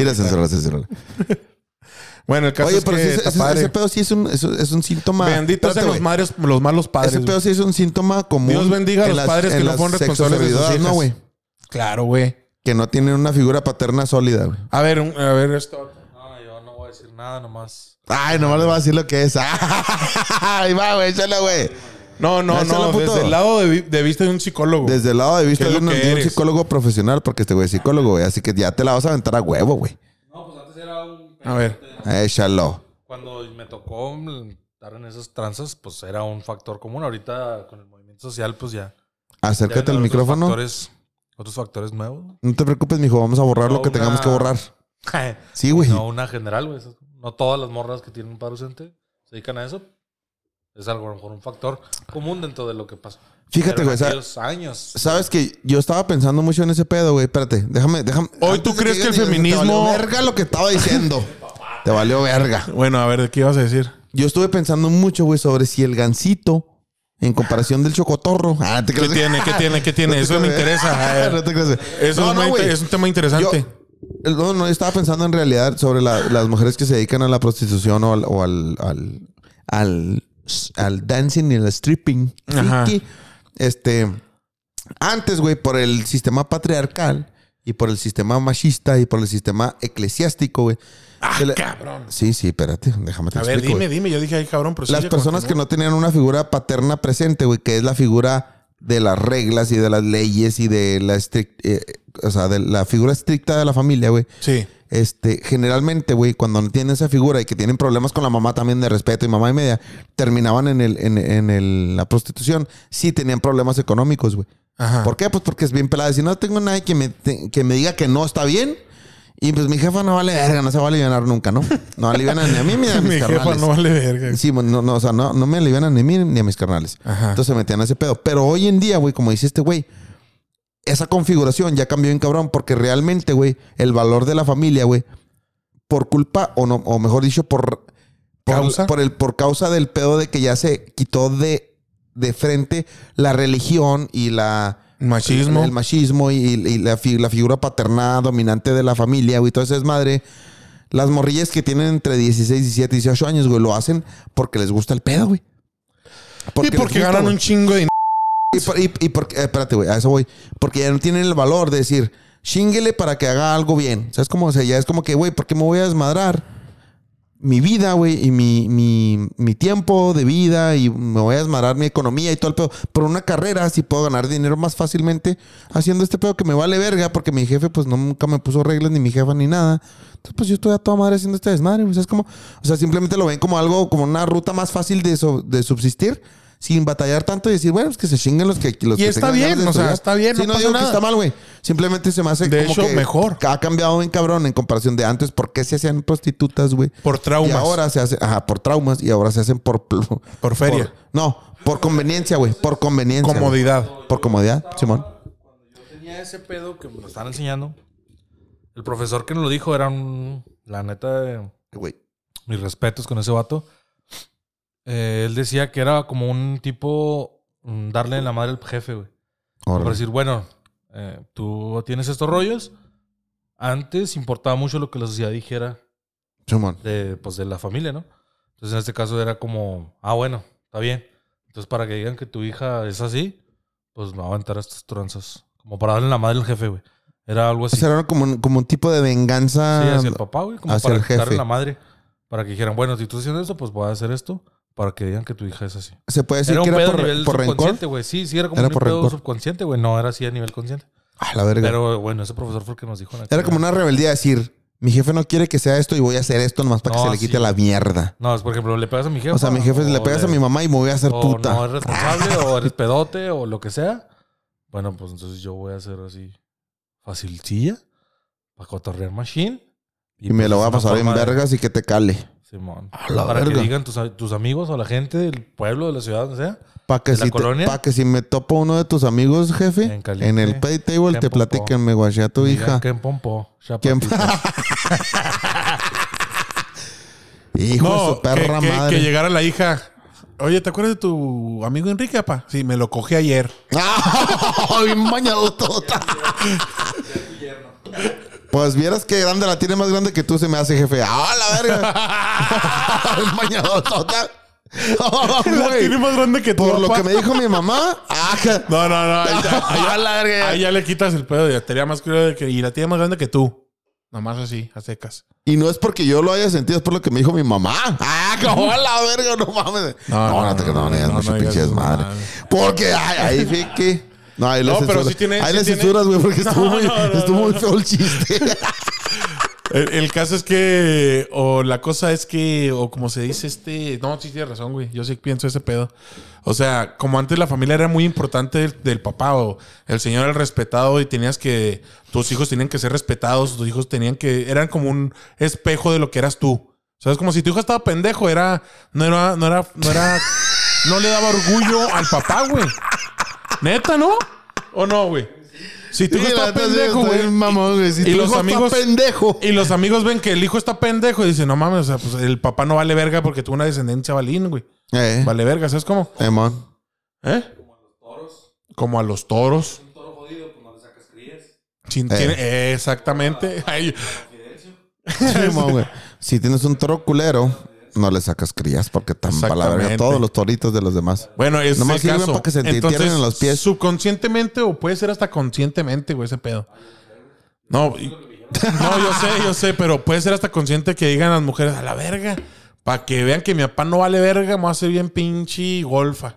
Ir a censurar, censurar.
Bueno, el caso
Oye,
es
pero
que
sí es-
está
ese,
padre.
ese pedo sí es un, es, un- es un síntoma.
Benditos
Espérate,
sean los,
güey.
madres- los malos padres.
Ese
güey.
pedo sí es un síntoma común.
Dios bendiga a
en
los padres que
en
no
las
fueron responsables de sus
sexoservidoras,
hijas.
No, güey.
Claro, güey.
Que no tienen una figura paterna sólida, güey.
A ver, un- a ver esto.
No, yo no voy a decir nada nomás.
Ay, nomás les voy a decir lo que es. Ahí va, güey, échala, güey.
No, no,
Dásela,
no.
puto.
Desde el lado de, vi- de vista de un psicólogo.
Desde el lado de vista
Uh, ¿Qué es
de
lo
un,
que
de un
eres?
psicólogo profesional, porque este güey es psicólogo, güey. Así que ya te la vas a aventar a huevo, güey.
No, pues antes era un...
A ver.
Échalo.
Cuando me tocó estar en esas tranzas, pues era un factor común. Ahorita con el movimiento social, pues ya. ya
Acércate al
deben haber otros
micrófono.
Factores, otros factores nuevos.
No te preocupes, mijo. Vamos a borrar lo
No,
que tengamos
una-
que borrar. Sí, güey.
No una general, güey. Eso- No todas las morras que tienen un paro ausente se dedican a eso. Es algo, a lo mejor, un factor común dentro de lo que pasa.
Fíjate,
Pero
güey.
en
sa-
aquellos años.
Sabes que yo estaba pensando mucho en ese pedo, güey. Espérate, déjame, déjame.
Hoy,
antes
¿tú
de
crees que el
digas, Te
feminismo-
valió verga lo que estaba diciendo. te valió verga.
Bueno, a ver, ¿de qué ibas a decir?
Yo estuve pensando mucho, güey, sobre si el gancito, en comparación del chocotorro. Ah, te
¿Qué
crees.
tiene? ¿Qué tiene? ¿Qué tiene? Eso me interesa. A
¿eh? no
ver.
te crees.
Eso
No,
es,
no,
una
güey.
inter- es un tema
Yo-
interesante.
el- no, no, yo estaba pensando en realidad sobre la- las mujeres que se dedican a la prostitución o al, o al, al, al, al dancing y al stripping.
Ajá.
Friki. Este, antes, güey, por el sistema patriarcal y por el sistema machista y por el sistema eclesiástico, güey. se le-
Ah, Cabrón.
Sí, sí, espérate, déjame te
A ver,
explico, güey.
dime, dime. Yo dije, ay, cabrón, pero
Las
sigue,
personas que
continúa.
no tenían una figura paterna presente, güey, que es la figura de las reglas y de las leyes y de la estric- eh, o sea, de la figura estricta de la familia, güey.
Sí.
Este, generalmente, güey, cuando no tienen esa figura y que tienen problemas con la mamá también de respeto y mamá y media, terminaban en el, en, en el- la prostitución. Sí tenían problemas económicos, güey.
Ajá.
¿Por qué? Pues porque es bien pelada. Si no tengo nadie que me, te- que me diga que no está bien, y pues mi jefa no vale verga, no se va a aliviar nunca, ¿no? No alivian ni a mí ni a mis
Mi jefa
carnales.
no vale verga.
Sí, bueno, no, no, o sea, no, no me alivianan ni a mí ni a mis carnales.
Ajá.
Entonces se metían a ese pedo. Pero hoy en día, güey, como dice este güey, esa configuración ya cambió en cabrón porque realmente, güey, el valor de la familia, güey, por culpa o no, o mejor dicho, por, por,
¿Causa?
por el, por causa del pedo de que ya se quitó de, de frente la religión y la...
Machismo.
El, machismo y, y la, fi- la figura paterna dominante de la familia, güey. Entonces, madre, las morrillas que tienen entre 16, 17 y 18 años, güey, lo hacen porque les gusta el pedo, güey.
y
les
porque
gusta,
ganan
güey.
un chingo de dinero.
Y, por- y- y porque, eh, espérate, güey, a eso voy. Porque ya no tienen el valor de decir, chinguele para que haga algo bien. ¿Sabes cómo? O sea, ya es como que, güey, ¿por qué me voy a desmadrar? Mi vida, güey, y mi, mi, mi tiempo de vida, y me voy a desmadrar mi economía y todo el pedo. Por una carrera, si puedo ganar dinero más fácilmente haciendo este pedo que me vale verga, porque mi jefe, pues no, nunca me puso reglas, ni mi jefa, ni nada. Entonces, pues yo estoy a toda madre haciendo este desmadre, güey. ¿Sabes cómo? O sea, simplemente lo ven como algo, como una ruta más fácil de, so- de subsistir. Sin batallar tanto y decir, bueno, pues que se chinguen los que los
Y
que
está
tengan ganas
bien,
de
o sea,
estudiar.
está bien,
Sí,
no
no,
pasa
digo que
nada.
está mal, güey. Simplemente se me hace
De
como
hecho,
que
mejor.
Ha cambiado en cabrón en comparación de antes. ¿Por qué se hacían prostitutas, güey?
Por traumas.
Y ahora se hace, ajá, por traumas y ahora se hacen por por,
Por feria.
no, por conveniencia, güey, por conveniencia. güey.
Comodidad.
Por comodidad, Simón.
tenía ese pedo que me lo estaban enseñando. El profesor que nos lo dijo era un. La neta, eh,
Güey.
mis respetos con ese vato. Eh, él decía que era como un tipo. mm, Darle en la madre al jefe, güey. Por
Órale.
decir, bueno, eh, tú tienes estos rollos. Antes importaba mucho lo que la sociedad dijera
Simón.
de, pues, de la familia, ¿no? Entonces en este caso era como, ah, bueno, está bien. Entonces para que digan que tu hija es así, pues me va a aventar estos tranzas. Como para darle la madre al jefe, güey. Era algo
O
así.
sea, era como un, como un tipo de venganza.
sí, hacia el papá, güey. Como
hacia
para
el jefe.
darle la madre. Para que dijeran, bueno, si tú estás haciendo eso, pues voy a hacer esto. Para que digan que tu hija es así.
se puede decir
era
que
un
era
pedo a
por,
nivel
por rencor.
subconsciente, güey. Sí, sí, era como
Era
un
por
pedo
rencor.
subconsciente, güey. No era así a nivel consciente.
Ah, la verga.
Pero bueno, ese profesor fue el que nos dijo. en aquel-
era como una rebeldía decir, mi jefe no quiere que sea esto y voy a hacer esto nomás para que
No,
se le quite
sí.
la mierda.
No, es por ejemplo, le pegas a mi jefe.
O sea, mi jefe le pegas a mi mamá y me voy a hacer
o
puta.
Oh, no eres responsable o eres pedote o lo que sea. Bueno, pues entonces yo voy a hacer así facilcilla para cotorrear machine.
y me
pues,
lo voy a
es una
pasar en
forma de-
vergas y que te cale.
Simón.
A la
para
verga.
que digan tus, tus amigos o la gente del pueblo, de la ciudad, donde sea.
Para que,
¿De la
si te-
colonia?
pa' que si me topo uno de tus amigos, jefe,
En
en,
caliente.
el pay table
Qué
te
popó.
platican, me guaché a tu hija.
Que pompó.
¿Quién-
chapatitas.
Hijo de su perra
que, que-
madre.
que llegara la hija. Oye, ¿te acuerdas de tu amigo Enrique, apa? Sí, me lo cogí ayer.
¡Ah! Bien bañado todo. Pues vieras que grande la tiene más grande que tú, se me hace jefe. ¡Ah, la verga! Mañadotota. Ah,
La
güey.
tiene más grande que tú.
Por lo
papá.
que me dijo mi mamá. ah, ¡Aja!
No, no, no. Ahí ya, ahí ya- ahí ya le quitas el pedo. Ya tenía más curioso de que. Y la tiene más grande que tú. Nomás así, a secas.
Y no es porque yo lo haya sentido, es por lo que me dijo mi mamá. ¡Ah, cómo a la verga! No mames. No, no, no, te no, no, mucho pinche
digas
desmadre.
mamá.
Porque ay, ahí fue que. No, ahí le
No, pero
censuras.
sí tiene-
Ahí
sí
le
tiene-
censuras, güey, porque estuvo,
No,
muy,
no, no,
estuvo
no,
muy
no.
feo el chiste.
El, el caso es que, o la cosa es que, o como se dice este, no, sí tienes razón, güey, yo sí pienso ese pedo. O sea, como antes la familia era muy importante del, del papá, o el señor era el respetado y tenías que, tus hijos tenían que ser respetados, tus hijos tenían que, eran como un espejo de lo que eras tú. O sea, es como si tu hijo estaba pendejo, era, no era, no era, no era, no le daba orgullo al papá, güey. Neta, ¿no? ¿O no, güey? Si tu hijo está
la neta, sí,
pendejo,
está bien
güey,
mamón, güey. Si
y
tu
los
hijo
amigos-
está pendejo.
y los amigos ven que el hijo está pendejo y dicen, no mames, o sea, pues el papá no vale verga porque tuvo una descendencia balín, güey.
Eh,
Vale verga, ¿sabes cómo?
Emón.
¿Eh? Como a los toros.
Un toro jodido, pues no le sacas crías.
Sin-
Eh.
tiene- eh, exactamente. Ay,
Simón, güey. Si tienes un toro culero, no le sacas crías porque tan para la verga
Exactamente.
todos los toritos de los demás.
bueno, es
Nomás
el
sirven
caso.
para que se te entierren en los pies.
Subconscientemente o puede ser hasta conscientemente, güey, ese pedo. No, y- no, yo sé, yo sé, pero puede ser hasta consciente que digan las mujeres a la verga. Para que vean que mi papá no vale verga, me voy a hacer bien pinche golfa.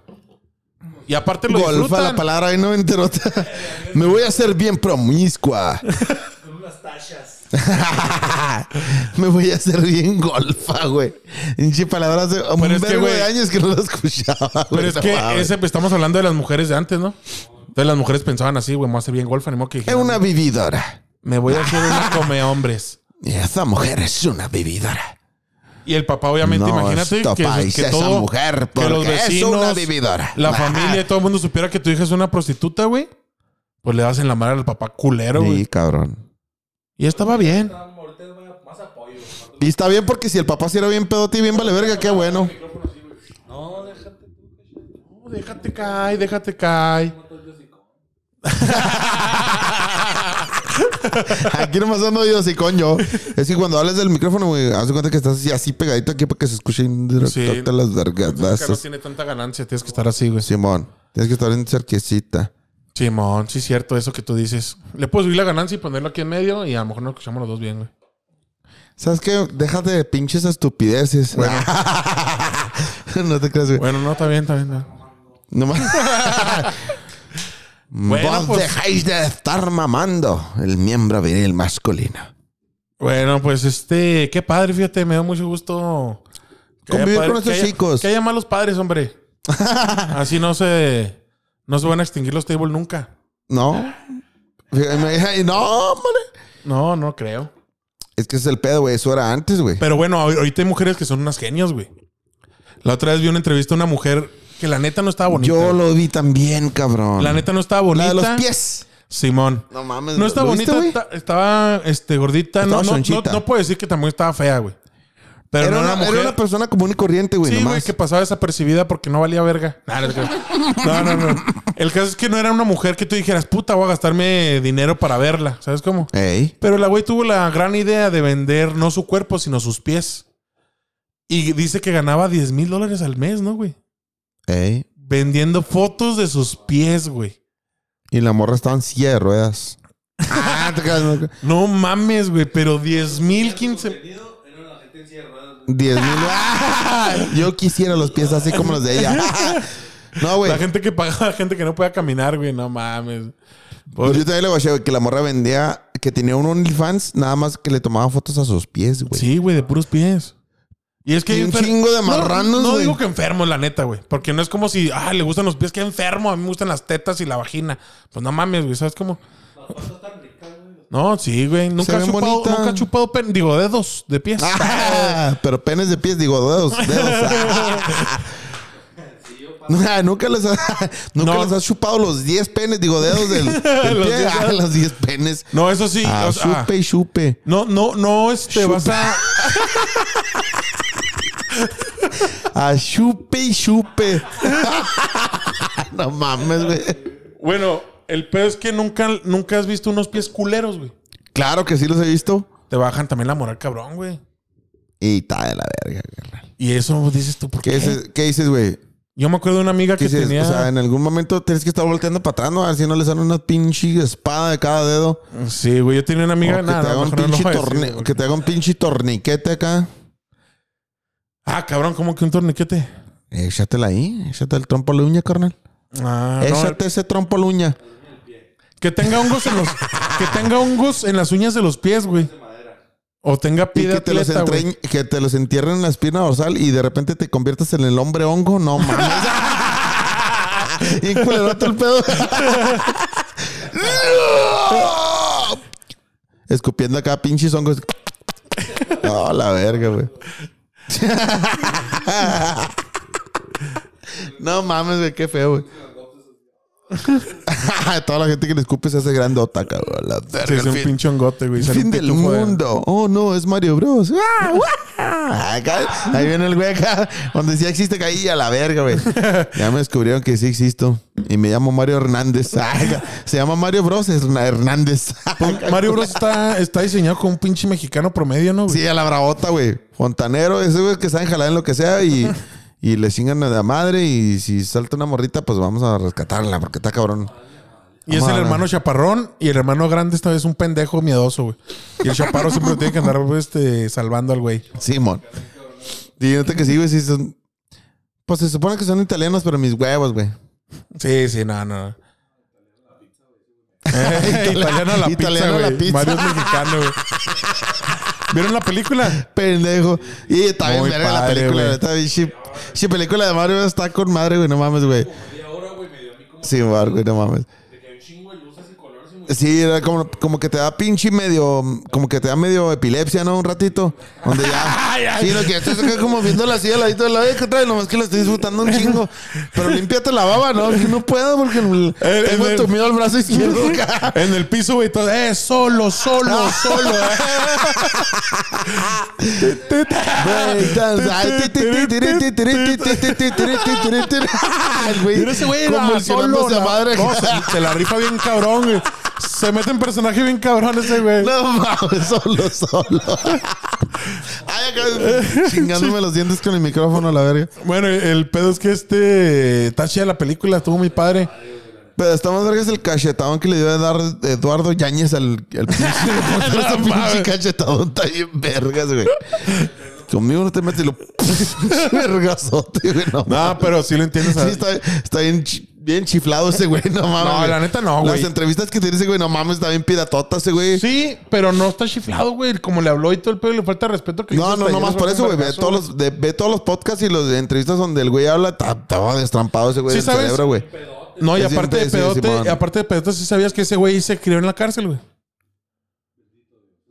Y aparte lo
Golfa la
disfrutan.
palabra ahí no me entero. Me voy a hacer bien promiscua.
Con unas tachas.
me voy a hacer bien golfa, güey. Pinche palabras de un
Pero es que,
vergo de
güey,
años que no lo escuchaba.
Pero es que ese, pues, estamos hablando de las mujeres de antes, ¿no? Entonces las mujeres pensaban así, güey, me voy a hacer bien golfa, ni modo que
es
dijeran,
una vividora.
me voy a hacer una come hombres.
Y esa mujer es una vividora.
Y el papá, obviamente,
No
imagínate que,
estopáis
que
esa
todo,
mujer,
que los
porque es
vecinos,
una vividora.
la familia y todo el mundo supiera que tu hija es una prostituta, güey. Pues le das en la madre al papá culero, güey.
Sí, cabrón.
Y estaba bien.
Ahorita es más- más apoyo. más-
Y está bien porque si el papá sí era bien pedote y bien vale verga, qué bueno.
No, déjate tú, cacho.
No, déjate caer, déjate caer.
Aquí nomás ando yo así, coño. Es que cuando hables del micrófono, güey, haz de cuenta que estás así, así pegadito aquí para que se escuchen
Sí.
directamente las
Nunca no
vergas.
tiene tanta ganancia, tienes que estar así, güey.
Simón, tienes que estar en cerquecita.
Simón, sí es cierto eso que tú dices. Le puedo subir la ganancia y ponerlo aquí en medio y a lo mejor nos escuchamos los dos bien, güey.
¿Sabes qué? Déjate de pinches estupideces. no te creas, güey.
Bueno, no, está bien, está bien. está bien.
Nomás.
Bueno,
Vos
pues-
dejáis de estar mamando el miembro viril masculino.
Bueno, pues este, qué padre, fíjate, me da mucho gusto que haya
Convivir
padre-
con estos
que haya-
chicos.
Que haya malos padres, hombre. Así no se no se van a extinguir los table nunca.
No. Fíjate, No, hombre.
No, no creo.
Es que ese es el pedo, güey. Eso era antes, güey.
Pero bueno, ahor- ahorita hay mujeres que son unas genios, güey. La otra vez vi una entrevista a una mujer que la neta no estaba bonita.
Yo
güey.
lo vi también, cabrón.
La neta no estaba bonita.
La de los pies.
Simón.
No mames.
No está
¿lo viste,
bonita,
güey?
ta- estaba este gordita,
Estaba
no, no, no,
chonchita.
no puedo decir que también estaba fea, güey. Pero
Era,
no
una,
era mujer.
era una persona común y corriente, güey.
Sí, güey,
nomás. Ah,
que pasaba desapercibida porque no valía verga. Nah, no, te creas. no, no, no. El caso es que no era una mujer que tú dijeras, puta, voy a gastarme dinero para verla. ¿Sabes cómo?
Ey.
Pero la güey tuvo la gran idea de vender no su cuerpo, sino sus pies. Y dice que ganaba 10 mil dólares al mes, ¿no, güey?
Ey.
Vendiendo fotos de sus pies, güey.
Y la morra estaba en silla de ruedas. Ah, te quedas, no.
No mames, güey, pero 10 mil, 15...
Era una gente en silla de ruedas, güey.
10 mil. ah, Yo quisiera los pies así como los de ella. No, güey.
La gente que pagaba, gente que no podía caminar, güey, no mames.
Yo también le guaché, güey, que la morra vendía, que tenía un OnlyFans, nada más que le tomaba fotos a sus pies, güey.
Sí, güey, de puros pies. Y es que
Y
hay
un
enfer-
chingo de
No,
marranos,
No,
güey.
digo que enfermo, la neta, güey. Porque no es como si, ah, le gustan los pies, que enfermo. A mí me gustan las tetas y la vagina. Pues no mames, güey, ¿sabes cómo?
Las fotos están ricas, güey.
No, sí, güey. Nunca
Se
he
ven
chupado,
bonitas.
nunca he chupado, pen- digo, dedos de pies.
Ah, pero penes de pies, digo, dedos, dedos. Ah, nunca les, ha- nunca
No.
les has chupado los 10 penes, digo, dedos del, del
Los
pie.
10
Ah,
dedos.
los 10 penes.
No, eso sí.
Ah,
o sea, ah,
chupe y chupe.
no, no, no, este, vas a...
Ah, chupe y chupe. no mames, güey.
Bueno, el pedo es que nunca, nunca has visto unos pies culeros, güey.
Claro que sí los he visto.
Te bajan también la moral, cabrón, güey.
Y está de la verga, carnal.
Y eso dices tú, ¿por
¿Qué
qué?
dices- ¿Qué dices, güey?
Yo me acuerdo de una amiga
¿Qué
que
dices?
tenía.
O sea, en algún momento tienes que estar volteando para atrás, ¿no? A ver si no les dan una pinche espada de cada dedo.
Sí, güey, yo tenía una
O
amiga.
que,
nada,
te haga un
mejor no lo
pinche
voy a decir,
torne-
güey.
que te haga un pinche torniquete acá.
Ah, cabrón, ¿cómo que un torniquete?
Échatela ahí. Échate el trompo a la uña, carnal.
Ah, no,
Échate ese trompo a la uña.
que tenga hongos en los. que tenga hongos en las uñas de los pies, güey. O tenga
Y
pie de
que te, los
atleta, güey.
entreñ- que te los entierren en la espina dorsal y de repente te conviertas en el hombre hongo. No mames. y enculerote el pedo. Escupiendo acá pinches hongos. No, la verga, güey. no mames, güey, qué feo, güey. Toda la gente que le escupe se hace grandota, cabrón. La verga,
Sí, es
al
un
fin.
pinche hongote, güey.
El
sale
fin
un
del
pitufo de-
mundo. Oh, no, es Mario Bros. ¡Ah, guau! Acá- ahí viene el güey acá. Donde sí existe, caí a la verga, güey. Ya me descubrieron que sí existo. Y me llamo Mario Hernández. Acá- Se llama Mario Bros. Herna- Hernández.
Pues, Mario Bros está, está diseñado con un pinche mexicano promedio, ¿no, güey?
Sí, a la bravota, güey. Fontanero, ese güey que saben jalar en lo que sea y, y le chingan a la madre. Y si salta una morrita, pues vamos a rescatarla porque está cabrón.
y es el
Mamá,
hermano chaparrón y el hermano grande esta vez es un pendejo miedoso, güey. Y el chaparro siempre lo tiene que andar güey, este, salvando al güey.
Simón. Y neta que sí, güey, sí son. Pues se supone que son italianos, pero mis huevos, güey.
Sí, sí, no, no. no. Eh, Italiano a la pizza,
Italiano a la
güey.
pizza.
Mario es mexicano, güey. ¿Vieron la película?
Pendejo. Y está bien
Muy
verga la
padre,
película.
güey.
Está bien chip. Si película de Mario está con madre, güey. No mames, güey. Sin embargo, güey, no mames. Sí, era como, como que te da pinche medio, como que te da medio epilepsia, ¿no? Un ratito. Donde ya. sí, lo que estás acá como viéndola así al ladito de la vez que trae, nomás que la estoy disfrutando un chingo. Pero límpiate la baba, ¿no? Que no puedo porque
Eh,
tengo
eh,
entumido el brazo izquierdo. acá.
En el piso, güey, todo. ¡Eh, solo, solo, solo!
¿eh? Breakdance. Ay, ti, ti, ti, tiri, ti, tiri, ti, ti, ti, ti, tiri, ti, tiri, tiri. El güey
Mira ese güey era
convulsionándose
solo,
a
la-
madre.
No, se, se la rifa bien cabrón, güey. Se mete en personaje bien cabrón ese, güey.
No mames, solo, solo. Ay, acá chingándome los dientes con el micrófono, la verga.
Bueno, el pedo es que este... Está chida la película, estuvo mi padre.
Pero está más verga es el cachetadón que le dio a dar Eduardo Yáñez al, al pinche. Ese pinche cachetadón está bien vergas, güey. Conmigo no te metes y lo. Vergazote, güey. No, mames.
No, pero sí lo entiendes.
Sí, está, está bien, chi- bien chiflado ese güey, no mames.
No,
güey.
la neta no,
Las
güey.
entrevistas que tiene ese güey, no mames, está bien piratota ese güey.
Sí, pero no está chiflado, güey. Como le habló y todo el pedo y le falta respeto. Que
No, no, no más por eso, güey. Ve todos, los, de- ve todos los podcasts y las entrevistas donde el güey habla, ta- estaba destrampado ese güey
Sí,
del
¿sabes?
cerebro, güey.
No, y
Es bien
aparte de
pe- sí,
pedote,
Simón.
aparte de pedote, sí sabías que ese güey se crió en la cárcel, güey.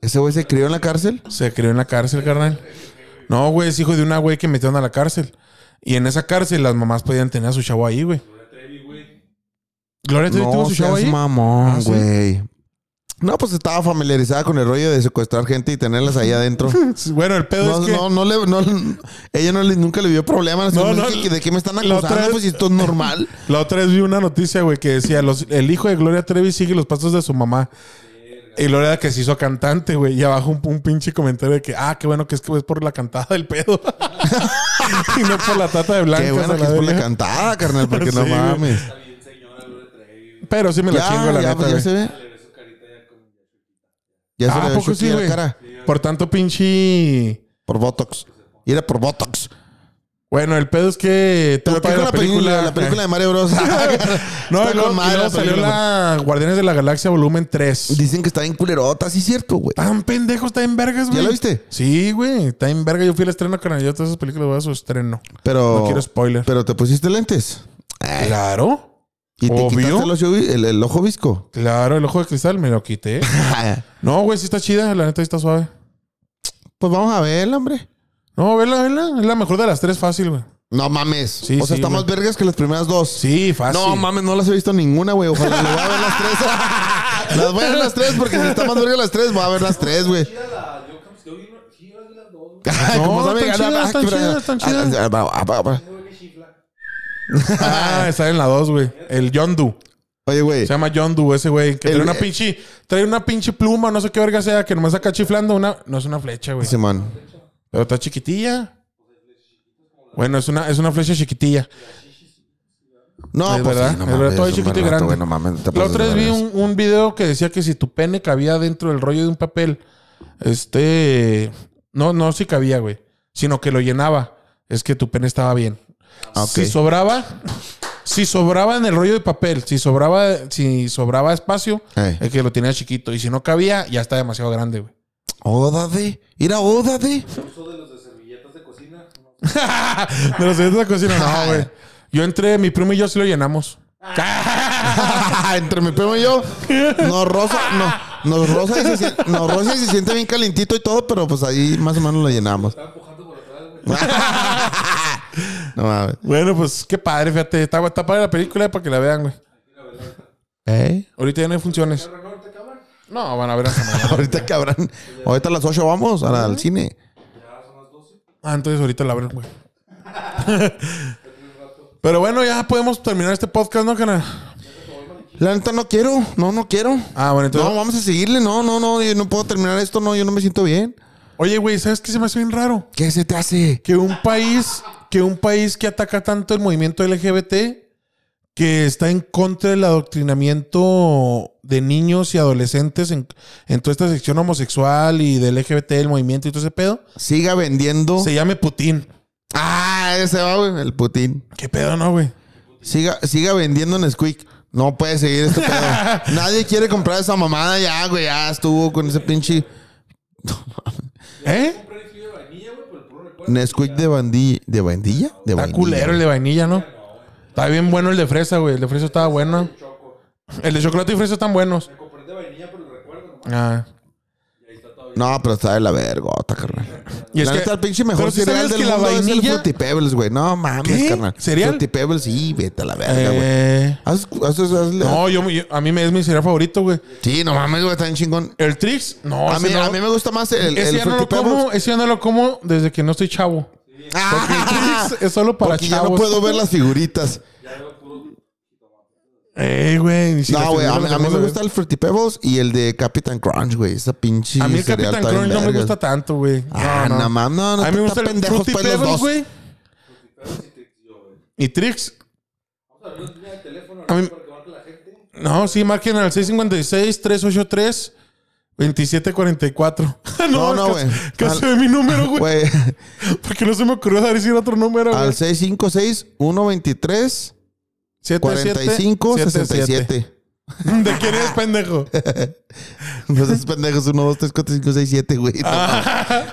¿Ese güey se crió en la cárcel?
Se crió en la cárcel, carnal. No, güey, es hijo de una güey que metieron a la cárcel. Y en esa cárcel las mamás podían tener a su chavo ahí, güey. Gloria Trevi tuvo
No,
su chavo
seas
ahí. Ah,
mamón,
¿sí?
güey. No, pues estaba familiarizada con el rollo de secuestrar gente y tenerlas ahí adentro.
Bueno, el pedo
No,
es que
no, no le, no, ella no le, nunca le vio problemas.
No, no,
¿De qué me están
la otra
acusando?
vez-
Pues si esto es normal.
la otra vez vi una noticia, güey, que decía, los- el hijo de Gloria Trevi sigue los pasos de su mamá. Y Gloria que se hizo cantante, güey. Y abajo un, un pinche comentario de que, ah, qué bueno que es que es por la cantada del pedo. y no por la tata de blanca.
Qué bueno que es por la cantada, carnal, porque no
Sí, güey.
mames.
Pero sí me la chingo, la
ya,
neta,
pues, ya
güey.
se ve. Ya se
Ah,
le
¿a
ve
poco sí,
chuquilla la
güey?
cara.
Por tanto, pinche...
Por Botox. Y era por Botox.
Bueno, el pedo es que...
Pero
todo para
¿qué con la película, la película de Mario Bros.
eh. No,
Está
y luego-
con madre
y luego
la
salió
película.
la Guardianes de la Galaxia volumen 3.
Dicen que está bien culerota, sí es cierto, güey.
Tan pendejo, está en vergas, Ah, güey.
¿Ya la viste?
Sí, güey. Está en verga. Yo fui al estreno, carnal. Yo todas esas películas voy a su estreno.
Pero
No quiero spoiler.
Oh.
Eh.
Pero te pusiste lentes. Ay,
Claro.
y te
obvio.
quitaste el ojo, vi- el, el ojo visco.
Claro, el ojo de cristal me lo quité. No, güey, sí está chida. La neta sí está suave.
pues vamos a verla, hombre.
No, vela, vela. Es la mejor de las tres fácil, güey.
No mames.
Sí,
o sea,
sí,
está más
güey.
vergas que las primeras dos.
Ah, Sí, fácil.
No mames, no las he visto ninguna, güey. Ojalá le voy a ver las tres. las voy a ver las tres porque si está más verga las tres, voy a ver las tres, güey. Ay,
No,
como sabe
están
ganar,
chidas,
ah,
están
que-
chidas, están
ah,
chidas.
ah, ah, ah, ah, ah.
Ah, está en la dos, güey. El Yondu.
Oye, güey.
Se llama John Doe ese güey. Que
El-
trae una pinche. Trae una pinche pluma, no sé qué verga sea, que nomás acá chiflando una. No es una flecha, güey.
Simón.
Pero está chiquitilla. Bueno, es una, es una flecha chiquitilla.
No,
Es
pues
verdad,
sí, no
es verdad,
mames,
todo
es un
chiquito y
buen
grande.
güey, no mames, no te
La
pases
otra
de
vez vi
vergas.
un, un video que decía que si tu pene cabía dentro del rollo de un papel, este. No, no si cabía, güey. Sino que lo llenaba. Es que tu pene estaba bien.
Ah, ok.
Si sobraba. Si sobraba en el rollo de papel, si sobraba, si sobraba espacio,
Ey.
es que lo tenía chiquito. Y si no cabía, ya está demasiado grande, güey.
Ódate. Mira, ódate.
Uso de los de servilletas de cocina.
De los de la cocina, no, güey. Yo entre mi primo y yo sí lo llenamos.
Entre mi primo y yo, nos rosa, no, nos rosa, y se, sien- nos rosa y se siente bien calentito y todo, pero pues ahí más o menos lo llenamos. No mames.
Bueno, pues qué padre, fíjate. Está, está padre la película para que la vean, güey.
¿Eh?
Ahorita ya no hay funciones. No, van a ver hasta mañana.
Ahorita que habrán, ahorita a las 8 vamos a la- al cine.
Ah, entonces ahorita la abren, güey. Pero bueno, ya podemos terminar este podcast, ¿no, canal?
La neta no quiero, no, no quiero.
Ah, bueno, entonces.
No, vamos a seguirle, no, no, no, yo no puedo terminar esto, no, yo no me siento bien.
Oye, güey, ¿sabes qué se me hace bien raro?
¿Qué se te hace?
Que un país, que un país que ataca tanto el movimiento LGBT, que está en contra del adoctrinamiento de niños y adolescentes en, en toda esta sección homosexual y del LGBT, el movimiento y todo ese pedo,
Siga vendiendo.
se llame Putin.
Ah, ese va, güey, el Putin.
¿Qué pedo, no, güey?
Siga, siga vendiendo Nesquik. No puede seguir este pedo. Nadie quiere comprar esa mamada ya, güey. Ya estuvo con ese pinche
¿Eh?
Nesquik de bandilla. ¿De bandilla? De
Está
vainilla.
culero el de vainilla, ¿no? Está bien bueno el de fresa, güey. El de fresa estaba bueno. El de chocolate y fresa están buenos. Ah.
No, pero está de la vergota, carnal.
Y es
la
que-
neta, el pinche mejor
pero sí
cereal
sabías
del
que la
mundo es el
vainilla-
Fruity Pebbles, güey. No mames,
¿Qué?
carnal.
¿Cereal?
Fruity Pebbles, sí, vete a la verga, Ah, güey.
Eh,
Haz- haz- haz- hazle-
no, yo, yo- a mí me es mi cereal favorito, güey.
Sí, no mames, güey, está bien chingón.
El Trix, no,
A
ese
mí,
no.
a mí me gusta más el,
ese
el
ya no
Fruity
lo
Pebbles.
como, ese ya no lo como desde que no estoy chavo. Porque el
Ah,
Trix es solo para
porque ya
chavos.
no puedo ver las figuritas.
Eh, güey. ni si las
No, güey, a,
tendría, las
mí- a mí me
vamos
gusta el Fruity Pebbles y el de Captain Crunch, güey. Esa pinche.
ver. A mí el
cereal
Capitán
está bien
Crunch no me
verga.
gusta tanto, güey.
Ah,
no,
no,
no.
mames, no, pues, no.
A mí me gusta el
pendejo,
Fruity Pebbles, güey. pues, Y Trix. A mí- No, sí, marquen al 656-383-2744.
No,
casi-
no, güey.
Casi
Al-
de mi número, güey.
Güey,
Porque no se me ocurrió dar decir otro número, güey.
al 656-123-4567. 67.
¿De quién es, pendejo?
Pues es pendejos, 1, 2, 3, 4, 5, 6, 7, güey. No,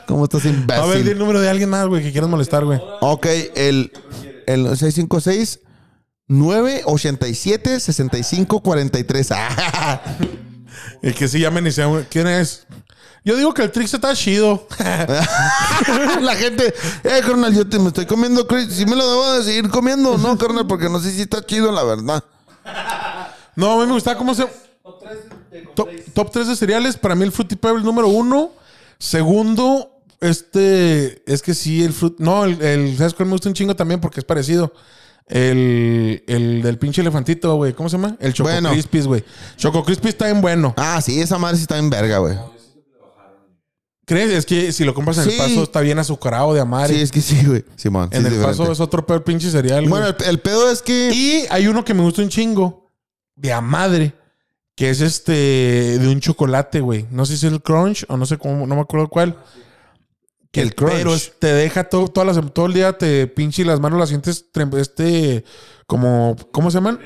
¿Cómo estás
Ah. A ver, di el
imbécil?
número de alguien más, güey, que quieras molestar, güey.
Ok, el, el 656 987 6543. Ah,
El que sí llamen y sean, ¿quién es? Yo digo que el Trix está chido.
La gente, eh, carnal, yo te, me estoy comiendo Chris. Si me lo debo de seguir comiendo, no, carnal, porque no sé si está chido, la verdad.
No, a mí me gustaba cómo se. Top, top 3 de cereales. Para mí, el Fruity Pebble número uno. Segundo, este. Es que sí, el Fruit. No, el, el ¿Sabes cuál me gusta un chingo también? Porque es parecido. El, el del pinche elefantito, güey. ¿Cómo se llama? El Choco
Bueno.
Crispies, güey. Choco Crispies está bien bueno.
Ah, sí, esa madre sí está en verga, güey.
¿Crees? Es que si lo compras en
Sí.
el paso, está bien azucarado de amar.
Sí, es que sí, güey. Simón. sí
en
es
el paso
diferente.
es otro peor pinche cereal.
Bueno,
güey.
el, el pedo es que.
Y hay uno que me gusta un chingo. De a madre. Que es este. De un chocolate, güey. No sé si es el crunch o no sé cómo. No me acuerdo cuál. Que
El
el,
Crunch.
Pero es- te deja todo, todas las- todo el día te pinche y las manos las sientes trem- este como ¿cómo se llaman?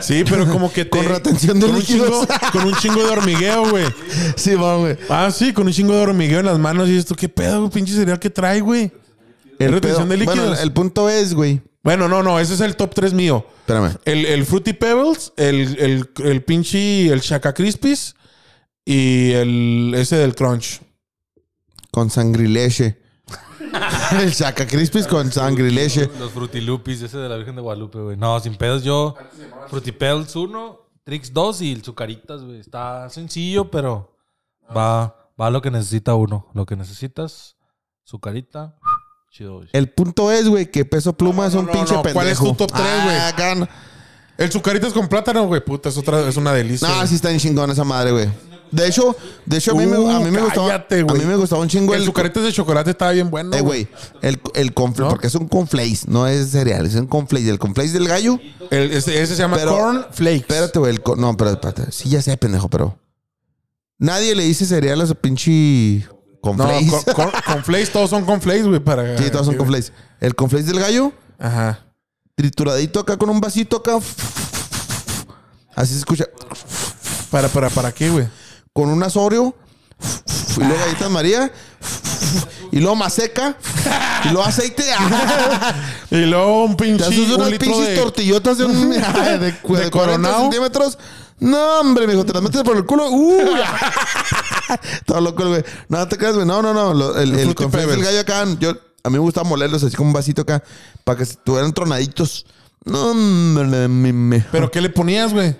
Sí, pero como que te,
Con retención de
con un
líquidos.
chingo- con un chingo de hormigueo, güey.
Simón, güey.
Ah, sí, con un chingo de hormigueo en las manos y esto qué pedo, güey, pinche cereal que trae, güey. Es
El
retención
pedo-
de líquidos.
Bueno, el, el punto es, güey.
Bueno, no, no, ese es el top 3 mío.
Espérame.
El, el Fruity Pebbles, el, el, el pinche, el Shaka Crispies y el ese del Crunch.
Con sangrileche. el Chaca Crispis con sangrileche.
Los frutilupis, ese de la Virgen de Guadalupe, güey. No, sin pedos yo. Frutipels 1, Trix 2 y el Zucaritas, güey. Está sencillo, pero va, va lo que necesita uno. Lo que necesitas, Zucarita, chido, güey.
El punto es, güey, que Peso Pluma
No,
es
no,
un
no,
pinche
no.
pendejo.
¿Cuál es tu top tres, güey?
Ah, gan-
El sucaritas con plátano, güey. Puta, es otra, es una delicia.
No,
güey.
sí está en chingón esa madre, güey. De hecho, de hecho a mí, me, a mí me
Uh,
gustaba.
cállate,
a
güey.
mí me gustaba un chingo
el
el,
sucaritas de chocolate estaba bien bueno.
Eh, güey, el, el confle-
¿No?
porque es un conflace, no es cereal, es un conflace. El conflace del gallo,
El- ese, ese se llama
Pero-
corn flakes.
espérate, güey, el co- no, pero espérate, sí ya sé, pendejo, pero nadie le dice cereal a su pinche
no,
conflace.
cor- cor- con flakes, todos son con flakes, güey. Para,
sí, todos son conflace. El conflace del gallo,
Ajá.
trituradito acá con un vasito acá. Así se escucha.
¿Para, para, para qué, güey?
Con un asorio. Y luego
Ah.
galletas María. Y luego maseca. Y luego aceite.
Y luego un
Te
pinche.
haces
un
unas
litro
pinches
de-
tortillotas de un de, cu-
de
de 40
coronao.
centímetros. No, hombre, mijo, te las metes por el culo. ¡Uh! Todo loco, güey. No te creas, güey. No, no, no. Lo- el el,
Fruity
conflé del
Pebbles.
gallo acá, yo, a mí me gusta molerlos así como un vasito acá para que estuvieran tronaditos. No, hombre, mi mijo.
¿Pero qué le ponías, güey?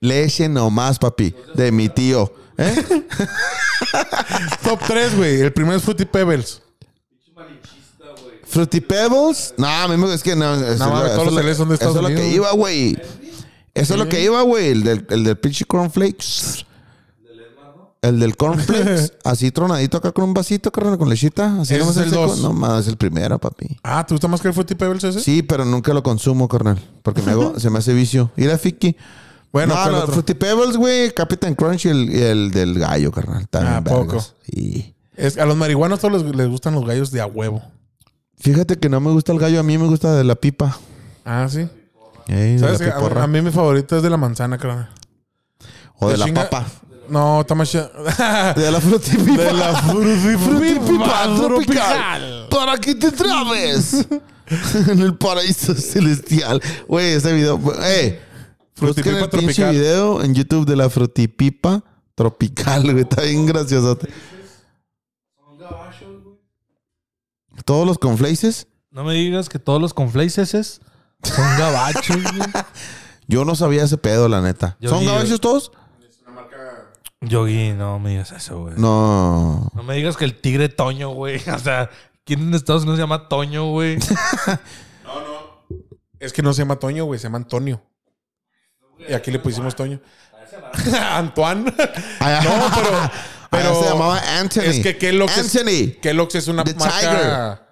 Leche nomás, papi, de mi tío. ¿Eh?
Top 3, güey. El primero es Fruity Pebbles.
Fruity Pebbles. No, a mí me es que no. eso
No,
es
mames, todos
lo-
los
eso es lo-
cereales son de Estados
Eso es lo que
Unidos.
iba, güey. Eso es lo que iba, güey. El del, el del pinche cornflakes. El del cornflakes. así tronadito acá con un vasito, carnal, con lechita. Así
Ese es
nomás el
el
seco.
dos.
No, más es el primero, papi.
Ah, ¿te gusta más que el Fruity Pebbles ese?
Sí, pero nunca lo consumo, carnal. Porque me hago, se me hace vicio. Ir a Fiki.
Bueno,
no,
¿cuál
no,
otro?
Fruity Pebbles, güey. Captain Crunch y el, y el del gallo, carnal. También
Ah, poco.
vergas. Sí.
Es- a los marihuanos todos les, les gustan los gallos de a huevo.
Fíjate que no me gusta el gallo, a mí me gusta de la pipa.
Ah, sí.
Ey, de
¿Sabes
la
qué? A, mí-
piporra.
a mí mi favorito es de la manzana, carnal.
o de la
Pues chinga-
papa.
No, está más chido.
De la frutipipa.
De la Fruity
frutipipa
Pebbles
tropical. Para que te trabes. en el paraíso celestial. Güey, ese video. Eh. Busquen
Frutipipa
el pinche
tropical.
video en YouTube de la frutipipa tropical, güey. Está bien gracioso. Todos los conflaces.
No me digas que todos los conflaces son gabachos, güey.
Yo no sabía ese pedo, la neta.
Yo
¿Son
ni-
gabachos todos?
Yogi, no me digas eso, güey. No.
No.
me digas que el tigre Toño, güey. O sea, ¿quién en Estados Unidos se llama Toño, güey?
Es que no se llama Toño, güey, se llama Antonio. Y aquí le pusimos Toño. Antoine.
Allá-
No, pero.
allá
pero
Ah, se llamaba Anthony.
Es que Kellogg's es,
Anthony.
Kellogg's es una
The
marca.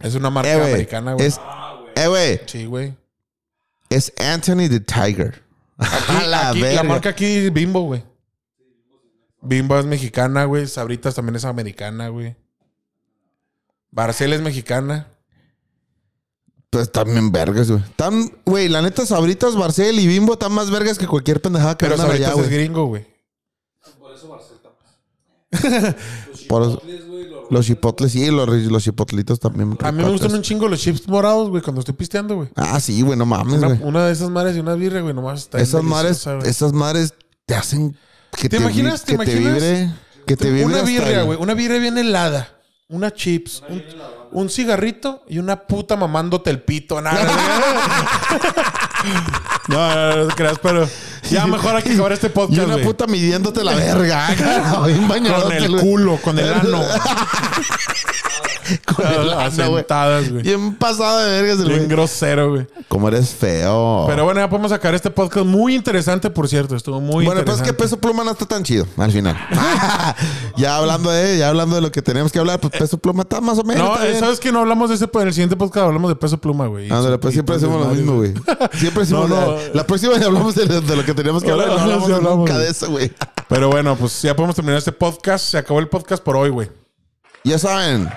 Es una marca
Eh, güey.
americana, güey.
Es, eh, güey.
Sí, güey.
Es Anthony the Tiger. A la
Aquí, la
verga.
marca aquí es Bimbo, güey. Bimbo es mexicana, güey. Sabritas también es americana, güey. Barcel es mexicana.
Pues también vergas, güey. Tan, güey, la neta, Sabritas, Barcel y Bimbo están más vergas que cualquier pendejada que
Pero
vendan allá,
Sabritas es
güey.
gringo, güey.
Por eso- Los chipotles, sí, los, los chipotlitos también.
A mí me gustan un chingo los chips morados, güey, cuando estoy pisteando, güey.
Ah, sí, güey, no mames,
Una,
güey.
una de esas madres y una birra, güey, nomás está
Esas
bien
madres,
deliciosa, güey.
esas madres te hacen que
¿Te
vi-
imaginas- te
que te
imaginas?
vibre, que te vibre
Una
hasta
birra,
el-
güey. Una birra bien helada. Una chips. un, un cigarrito y una puta mamándote el pito. Nada, no, no, no, no te creas, pero ya mejor hay que acabar este
Y
podcast,
una
güey.
puta midiéndote la verga, cara, bien
Con
bañadote,
el
güey.
culo, con el ano.
con el ano, güey.
Asentadas, güey.
Bien pasada de vergas el
Bien
güey. Oh.
grosero, güey.
Como eres feo.
Pero bueno, ya podemos sacar este podcast muy interesante, por cierto. Estuvo muy
bueno, pues es
interesante.
que peso pluma no está tan chido al final. ya hablando de, ya hablando de lo que tenemos que hablar, pues peso pluma está más o menos.
No,
está
eh,
bien.
sabes que no hablamos de ese, en el siguiente podcast hablamos de peso pluma, güey.
Ándale,
Y
pues siempre
todo
hacemos lo
desmadre,
mismo, güey. Siempre hacemos.
No, no.
La, la próxima ya hablamos de, de lo que teníamos que
No,
hablar.
no,
No,
no,
hablamos,
sí hablamos,
nunca
güey.
de eso, güey.
Pero bueno, pues ya podemos terminar este podcast. Se acabó el podcast por hoy, güey.
ya saben.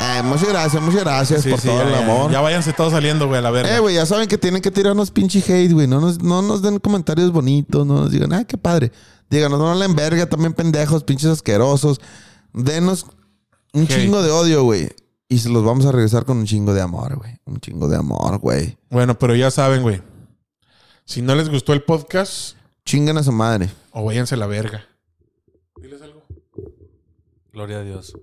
Eh, muchas gracias, muchas gracias por todo
ya,
el
ya,
amor.
Ya, váyanse todos saliendo, güey, a la verga.
Eh, güey, ya saben que tienen que tirarnos pinche hate, güey. No nos, no nos den comentarios bonitos, no nos digan, ah, qué padre. Díganos, no la enverga, también pendejos, pinches asquerosos. Denos un chingo de odio, güey. Y se los vamos a regresar con un chingo de amor, güey. Un chingo de amor, güey.
Bueno, pero ya saben, güey. Si no les gustó el podcast,
Chingan a su madre.
o váyanse a la verga. Diles algo.
Gloria a Dios.